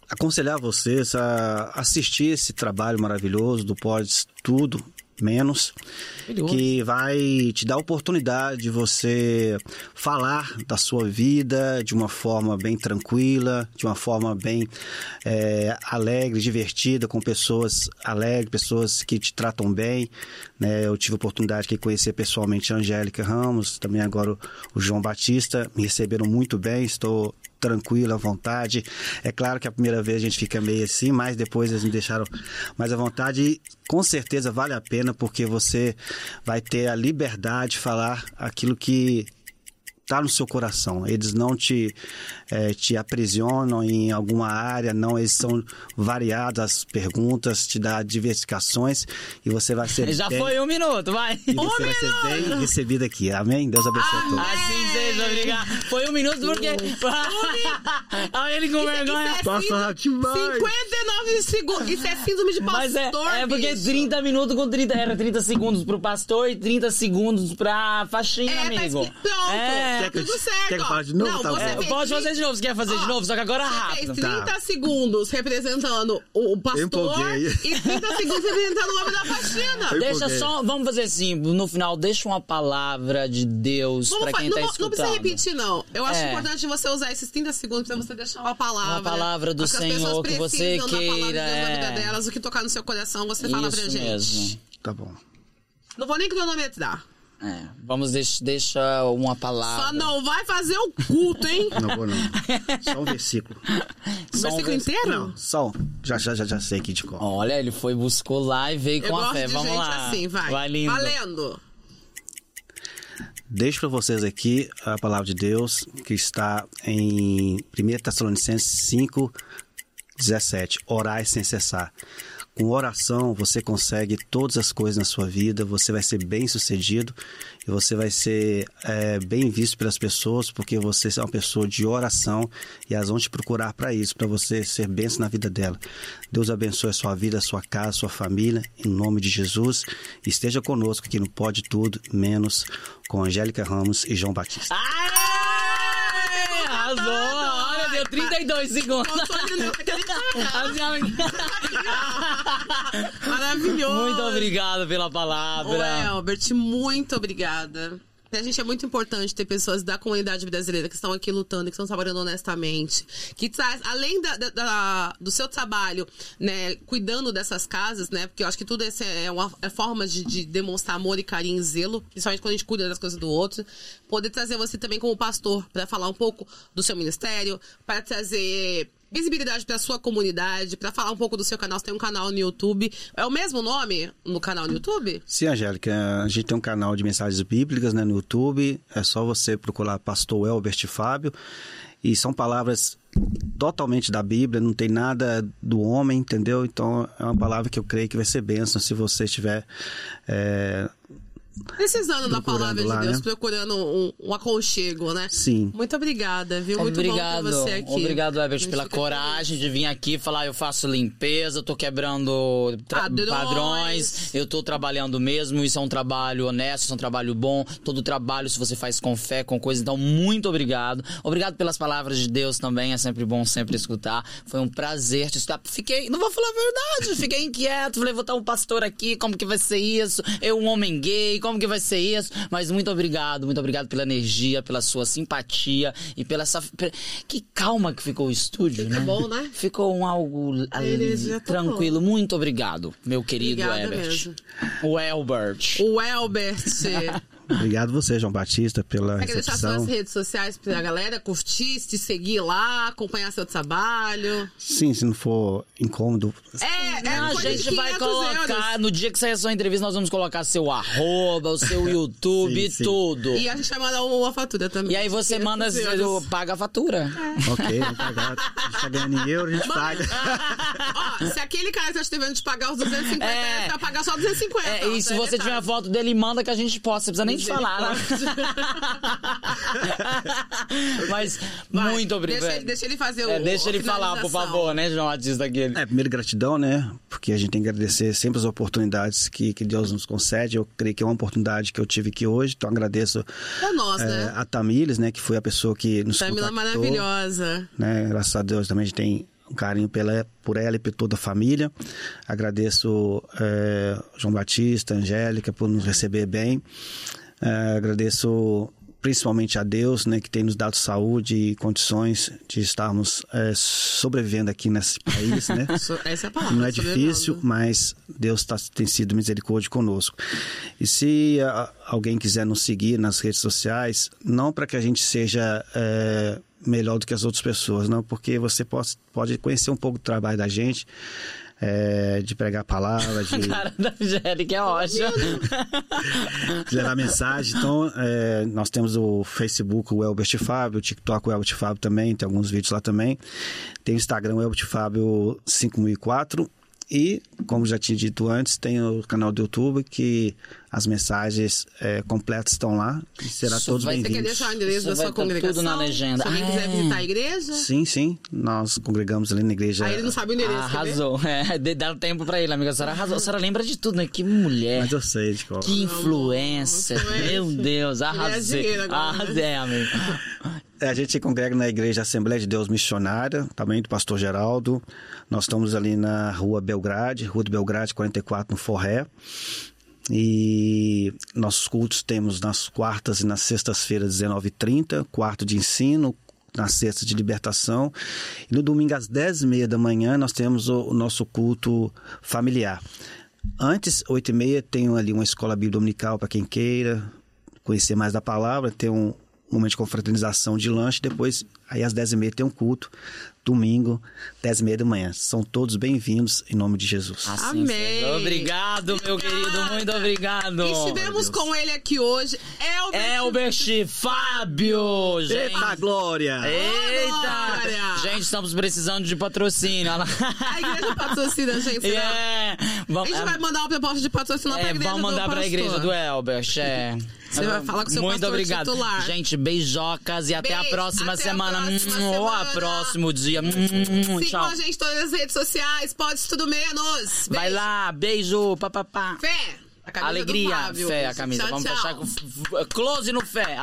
Speaker 3: aconselhar vocês a assistir esse trabalho maravilhoso do Pods Tudo menos, que vai te dar a oportunidade de você falar da sua vida de uma forma bem tranquila, de uma forma bem é, alegre, divertida, com pessoas alegres, pessoas que te tratam bem. Né? Eu tive a oportunidade de conhecer pessoalmente a Angélica Ramos, também agora o, o João Batista, me receberam muito bem, estou tranquilo, à vontade. É claro que a primeira vez a gente fica meio assim, mas depois eles me deixaram mais à vontade. E com certeza vale a pena, porque você vai ter a liberdade de falar aquilo que está no seu coração. Eles não te, eh, te aprisionam em alguma área, não. Eles são variadas as perguntas, te dá diversificações e você vai ser.
Speaker 2: Já
Speaker 3: bem-
Speaker 2: foi um minuto, vai.
Speaker 3: e Você vai ser bem recebido aqui. Amém? Deus abençoe a todos.
Speaker 1: É.
Speaker 2: Assim seja, obrigado. Foi um minuto porque. Olha ele com vergonha.
Speaker 1: Isso é síndrome-
Speaker 3: Nossa, demais.
Speaker 1: 59 segundos. Isso é síndrome de pastor.
Speaker 2: Mas é, é porque
Speaker 1: bicho.
Speaker 2: 30 minutos com 30. Era 30 segundos pro pastor e 30 segundos pra faxina,
Speaker 1: É, tá
Speaker 2: amigo.
Speaker 1: escrito, pronto.
Speaker 2: É,
Speaker 1: Tá tudo certo.
Speaker 3: quer que eu
Speaker 1: ó.
Speaker 3: fale de novo?
Speaker 1: Não,
Speaker 3: Tá
Speaker 1: você
Speaker 3: bom.
Speaker 2: é,
Speaker 1: fez
Speaker 2: pode
Speaker 1: 30
Speaker 2: fazer de novo. Você quer fazer de
Speaker 1: Ó,
Speaker 2: novo? Só que agora
Speaker 1: Você fez
Speaker 2: rápido.
Speaker 1: 30
Speaker 3: Tá.
Speaker 1: segundos representando o o pastor
Speaker 3: empolguei.
Speaker 1: e 30 segundos representando o homem da faxina.
Speaker 3: Eu
Speaker 2: Deixa
Speaker 3: empolguei.
Speaker 2: só. Vamos fazer assim. No final, deixa uma palavra de Deus
Speaker 1: Vamos
Speaker 2: pra
Speaker 1: fa-
Speaker 2: quem
Speaker 1: não,
Speaker 2: tá
Speaker 1: vou- não
Speaker 2: escutando.
Speaker 1: precisa repetir, não. Eu acho
Speaker 2: É.
Speaker 1: importante você usar esses 30 segundos pra você deixar uma palavra.
Speaker 2: Uma palavra do
Speaker 1: As pessoas
Speaker 2: Senhor que
Speaker 1: precisam
Speaker 2: você
Speaker 1: da palavra de Deus
Speaker 2: queira,
Speaker 1: na vida
Speaker 2: é.
Speaker 1: delas, o que tocar no seu coração, você fala pra
Speaker 2: Isso
Speaker 1: gente.
Speaker 2: mesmo.
Speaker 3: Tá bom.
Speaker 1: Não vou nem cronometrar.
Speaker 2: É, vamos deixa, deixa uma palavra.
Speaker 1: Só não vai fazer o culto, hein?
Speaker 3: Não vou não. Só um versículo.
Speaker 1: O
Speaker 2: Só um
Speaker 1: versículo
Speaker 2: vers-
Speaker 1: inteiro?
Speaker 3: Não, só um. Já, já, já, já sei aqui de cor.
Speaker 2: Olha, ele foi, buscou lá e veio
Speaker 1: Eu
Speaker 2: com a
Speaker 1: gosto
Speaker 2: fé.
Speaker 1: de
Speaker 2: Vamos
Speaker 1: gente
Speaker 2: lá.
Speaker 1: assim, vai.
Speaker 2: Vai lindo.
Speaker 1: Valendo.
Speaker 3: Deixo para vocês aqui a palavra de Deus que está em 1 Tessalonicenses 5, 17. Orai sem cessar. Com oração você consegue todas as coisas na sua vida, você vai ser bem sucedido e você vai ser é, bem visto pelas pessoas porque você é uma pessoa de oração e elas vão te procurar para isso, para você ser bênção na vida dela. Deus abençoe a sua vida, a sua casa, a sua família, em nome de Jesus. Esteja conosco aqui no Pode Tudo, menos com Angélica Ramos e João Batista.
Speaker 2: Aê! É, Arrasou! Olha, deu 32 segundos.
Speaker 1: tá
Speaker 2: Assim, amiga.
Speaker 1: Maravilhoso.
Speaker 2: Muito obrigado pela palavra.
Speaker 1: Ô, Albert, muito obrigada. Pra gente é muito importante ter pessoas da comunidade brasileira que estão aqui lutando, que estão trabalhando honestamente, que traz, além da- da- da- do seu trabalho, né, cuidando dessas casas, né, porque eu acho que tudo isso é uma é forma de, de demonstrar amor e carinho e zelo, principalmente quando a gente cuida das coisas do outro, poder trazer você também como pastor para falar um pouco do seu ministério, para trazer visibilidade para sua comunidade, para falar um pouco do seu canal, você tem um canal no YouTube, é o mesmo nome no canal no YouTube?
Speaker 3: Sim, Angélica, a gente tem um canal de mensagens bíblicas né, no YouTube. É só você procurar Pastor Elbert Fábio. E são palavras totalmente da Bíblia, não tem nada do homem, entendeu? Então é uma palavra que eu creio que vai ser bênção se você estiver. é,
Speaker 1: Precisando da
Speaker 3: Procurando
Speaker 1: palavra
Speaker 3: lá,
Speaker 1: de Deus,
Speaker 3: né?
Speaker 1: procurando um, um aconchego, né?
Speaker 3: Sim.
Speaker 1: Muito obrigada, viu? Muito
Speaker 2: obrigado,
Speaker 1: bom ter você aqui.
Speaker 2: obrigado,
Speaker 1: A
Speaker 2: Herbert,
Speaker 1: gente
Speaker 2: pela
Speaker 1: fica
Speaker 2: coragem de vir aqui falar. Eu faço limpeza, eu tô quebrando tra-
Speaker 1: Padrões.
Speaker 2: padrões. eu tô trabalhando mesmo. Isso é um trabalho honesto, isso é um trabalho bom. Todo trabalho, se você faz com fé, com coisa. Então, muito obrigado. Obrigado pelas palavras de Deus também. É sempre bom sempre escutar. Foi um prazer te escutar. Fiquei, não vou falar a verdade, fiquei inquieto. Falei, vou estar um pastor aqui, como que vai ser isso? Eu, um homem gay, como que vai ser isso? Mas muito obrigado, muito obrigado pela energia, pela sua simpatia e pela essa. pe- Que calma que ficou o estúdio, né?
Speaker 1: bom, né?
Speaker 2: Ficou um algo ah,
Speaker 1: Ele já tá
Speaker 2: tranquilo. Muito obrigado, meu querido
Speaker 1: Obrigada
Speaker 2: Herbert.
Speaker 1: mesmo.
Speaker 2: O Elbert.
Speaker 1: O Elbert.
Speaker 3: Obrigado você, João Batista, pela
Speaker 1: Quer deixar suas
Speaker 3: recepção.
Speaker 1: redes sociais pra galera curtir, te seguir lá, acompanhar seu trabalho.
Speaker 3: Sim, se não for incômodo,
Speaker 1: É, é
Speaker 2: a
Speaker 1: coisa de
Speaker 2: gente vai
Speaker 1: 500
Speaker 2: colocar,
Speaker 1: euros.
Speaker 2: no dia que sair a sua entrevista, nós vamos colocar seu arroba, o seu YouTube,
Speaker 3: Sim, sim.
Speaker 2: tudo.
Speaker 1: E é a gente vai mandar uma, uma fatura também.
Speaker 2: E aí você
Speaker 1: 500
Speaker 2: manda,
Speaker 1: euros.
Speaker 2: paga a fatura.
Speaker 1: É.
Speaker 3: ok, vamos pagar. A gente tá ganhando em euro, a gente paga.
Speaker 1: Ó, se aquele cara que tá te devendo te pagar os 250,
Speaker 2: É.
Speaker 1: você vai pagar só 250.
Speaker 2: É, e se
Speaker 1: ó,
Speaker 2: você
Speaker 1: detalhe.
Speaker 2: tiver a foto dele, manda que a gente possa. Não precisa nem te falar. né? Mas
Speaker 1: Vai,
Speaker 2: muito obrigado.
Speaker 1: Deixa, ele- deixa ele fazer o.
Speaker 2: É, deixa
Speaker 1: a
Speaker 2: ele falar, por
Speaker 1: finalização.
Speaker 2: favor, né, João Batista aquele.
Speaker 3: É, primeiro gratidão, né? Porque a gente tem que agradecer sempre as oportunidades que, que Deus nos concede. Eu creio que é uma oportunidade que eu tive aqui hoje, então agradeço
Speaker 1: É nós,
Speaker 3: eh,
Speaker 1: né?
Speaker 3: a Tamires, né? Que foi a pessoa que nos
Speaker 1: Tamila
Speaker 3: contactou.
Speaker 1: é maravilhosa.
Speaker 3: Né? Graças a Deus também a gente tem um carinho pela, por ela e por toda a família. Agradeço é, João Batista, Angélica, por nos receber bem. É, agradeço principalmente a Deus, né, que tem nos dado saúde e condições de estarmos é, sobrevivendo aqui nesse país, né?
Speaker 1: So- Essa é a palavra.
Speaker 3: Não é
Speaker 1: sobrevivendo.
Speaker 3: difícil, mas Deus tá- tem sido misericórdia conosco. E se a- alguém quiser nos seguir nas redes sociais, não para que a gente seja é, melhor do que as outras pessoas, não, porque você pode, pode conhecer um pouco do trabalho da gente, é, de pregar a palavra, de
Speaker 2: Cara da Angélica é ótima.
Speaker 3: levar mensagem. Então, é, nós temos o Facebook, o Elbert Fábio, o TikTok, o Elbert Fábio também, tem alguns vídeos lá também. Tem o Instagram, o Elbert Fábio 5004. E, como já tinha dito antes, tem o canal do YouTube que as mensagens é, completas estão lá. E será
Speaker 2: Isso
Speaker 3: todos
Speaker 2: vai ter
Speaker 1: Você quer
Speaker 3: bem-vindos.
Speaker 1: deixar a igreja
Speaker 2: Isso
Speaker 1: da
Speaker 2: vai
Speaker 1: sua
Speaker 2: tá tudo na
Speaker 1: congregação?
Speaker 2: legenda.
Speaker 1: Se alguém
Speaker 2: Ah,
Speaker 1: quiser
Speaker 2: é.
Speaker 1: visitar a igreja,
Speaker 3: Sim, sim. Nós congregamos ali na igreja.
Speaker 1: né? aí ele não sabe o endereço. quer ver?
Speaker 2: Arrasou. É, de- dá tempo pra ele, amiga. A senhora arrasou. A senhora lembra de tudo, né? Que mulher.
Speaker 3: Mas eu sei de qual.
Speaker 2: Que influência.
Speaker 1: influencer.
Speaker 2: Meu Deus,
Speaker 1: Mulher é
Speaker 2: arrasei.
Speaker 1: dinheiro agora, né?
Speaker 2: Arrasei, amiga.
Speaker 3: É, A gente se congrega na Igreja Assembleia de Deus Missionária, também do Pastor Geraldo. Nós estamos ali na Rua Belgrade, Rua do Belgrade 44, no Forré. E nossos cultos temos nas quartas e nas sextas-feiras, 19h30, quarto de ensino, na sexta de libertação. E no domingo, às 10h30 da manhã, nós temos o, o nosso culto familiar. Antes, 8h30, tem ali uma escola bíblica dominical para quem queira conhecer mais da palavra, tem um momento de confraternização de lanche, depois, aí às 10h30 tem um culto, domingo, 10h30 da manhã. São todos bem-vindos, em nome de Jesus.
Speaker 2: Assim
Speaker 1: Amém.
Speaker 2: seja. Obrigado, meu querido. Muito obrigado.
Speaker 1: E estivemos com ele aqui hoje. Elber.
Speaker 2: É, Elbert Fábio, gente.
Speaker 3: Eita glória!
Speaker 2: É, Eita!
Speaker 1: Glória!
Speaker 2: Gente, estamos precisando de patrocínio. Olha lá.
Speaker 1: A igreja patrocina, gente. será?
Speaker 2: Yeah.
Speaker 1: A
Speaker 2: Vamos,
Speaker 1: gente vai mandar uma proposta de patrocinar pra
Speaker 2: é,
Speaker 1: igreja
Speaker 2: vamos
Speaker 1: do
Speaker 2: mandar pra
Speaker 1: pastor.
Speaker 2: igreja do Elbert. É.
Speaker 1: Você vai falar com seu
Speaker 2: Muito
Speaker 1: pastor
Speaker 2: obrigado.
Speaker 1: titular.
Speaker 2: Gente, beijocas e até a
Speaker 1: Beijo,
Speaker 2: próxima
Speaker 1: até a
Speaker 2: semana.
Speaker 1: próxima
Speaker 2: Mua,
Speaker 1: semana.
Speaker 2: próximo dia. Mua,
Speaker 1: Sigam
Speaker 2: Tchau.
Speaker 1: a gente todas as redes sociais, pode tudo menos. Beijo.
Speaker 2: Vai lá, beijo, papapá.
Speaker 1: Fé. A camisa do
Speaker 2: Alegria,
Speaker 1: Fábio.
Speaker 2: fé, a camisa.
Speaker 1: Tchau,
Speaker 2: vamos
Speaker 1: tchau.
Speaker 2: fechar com f- f- close no fé.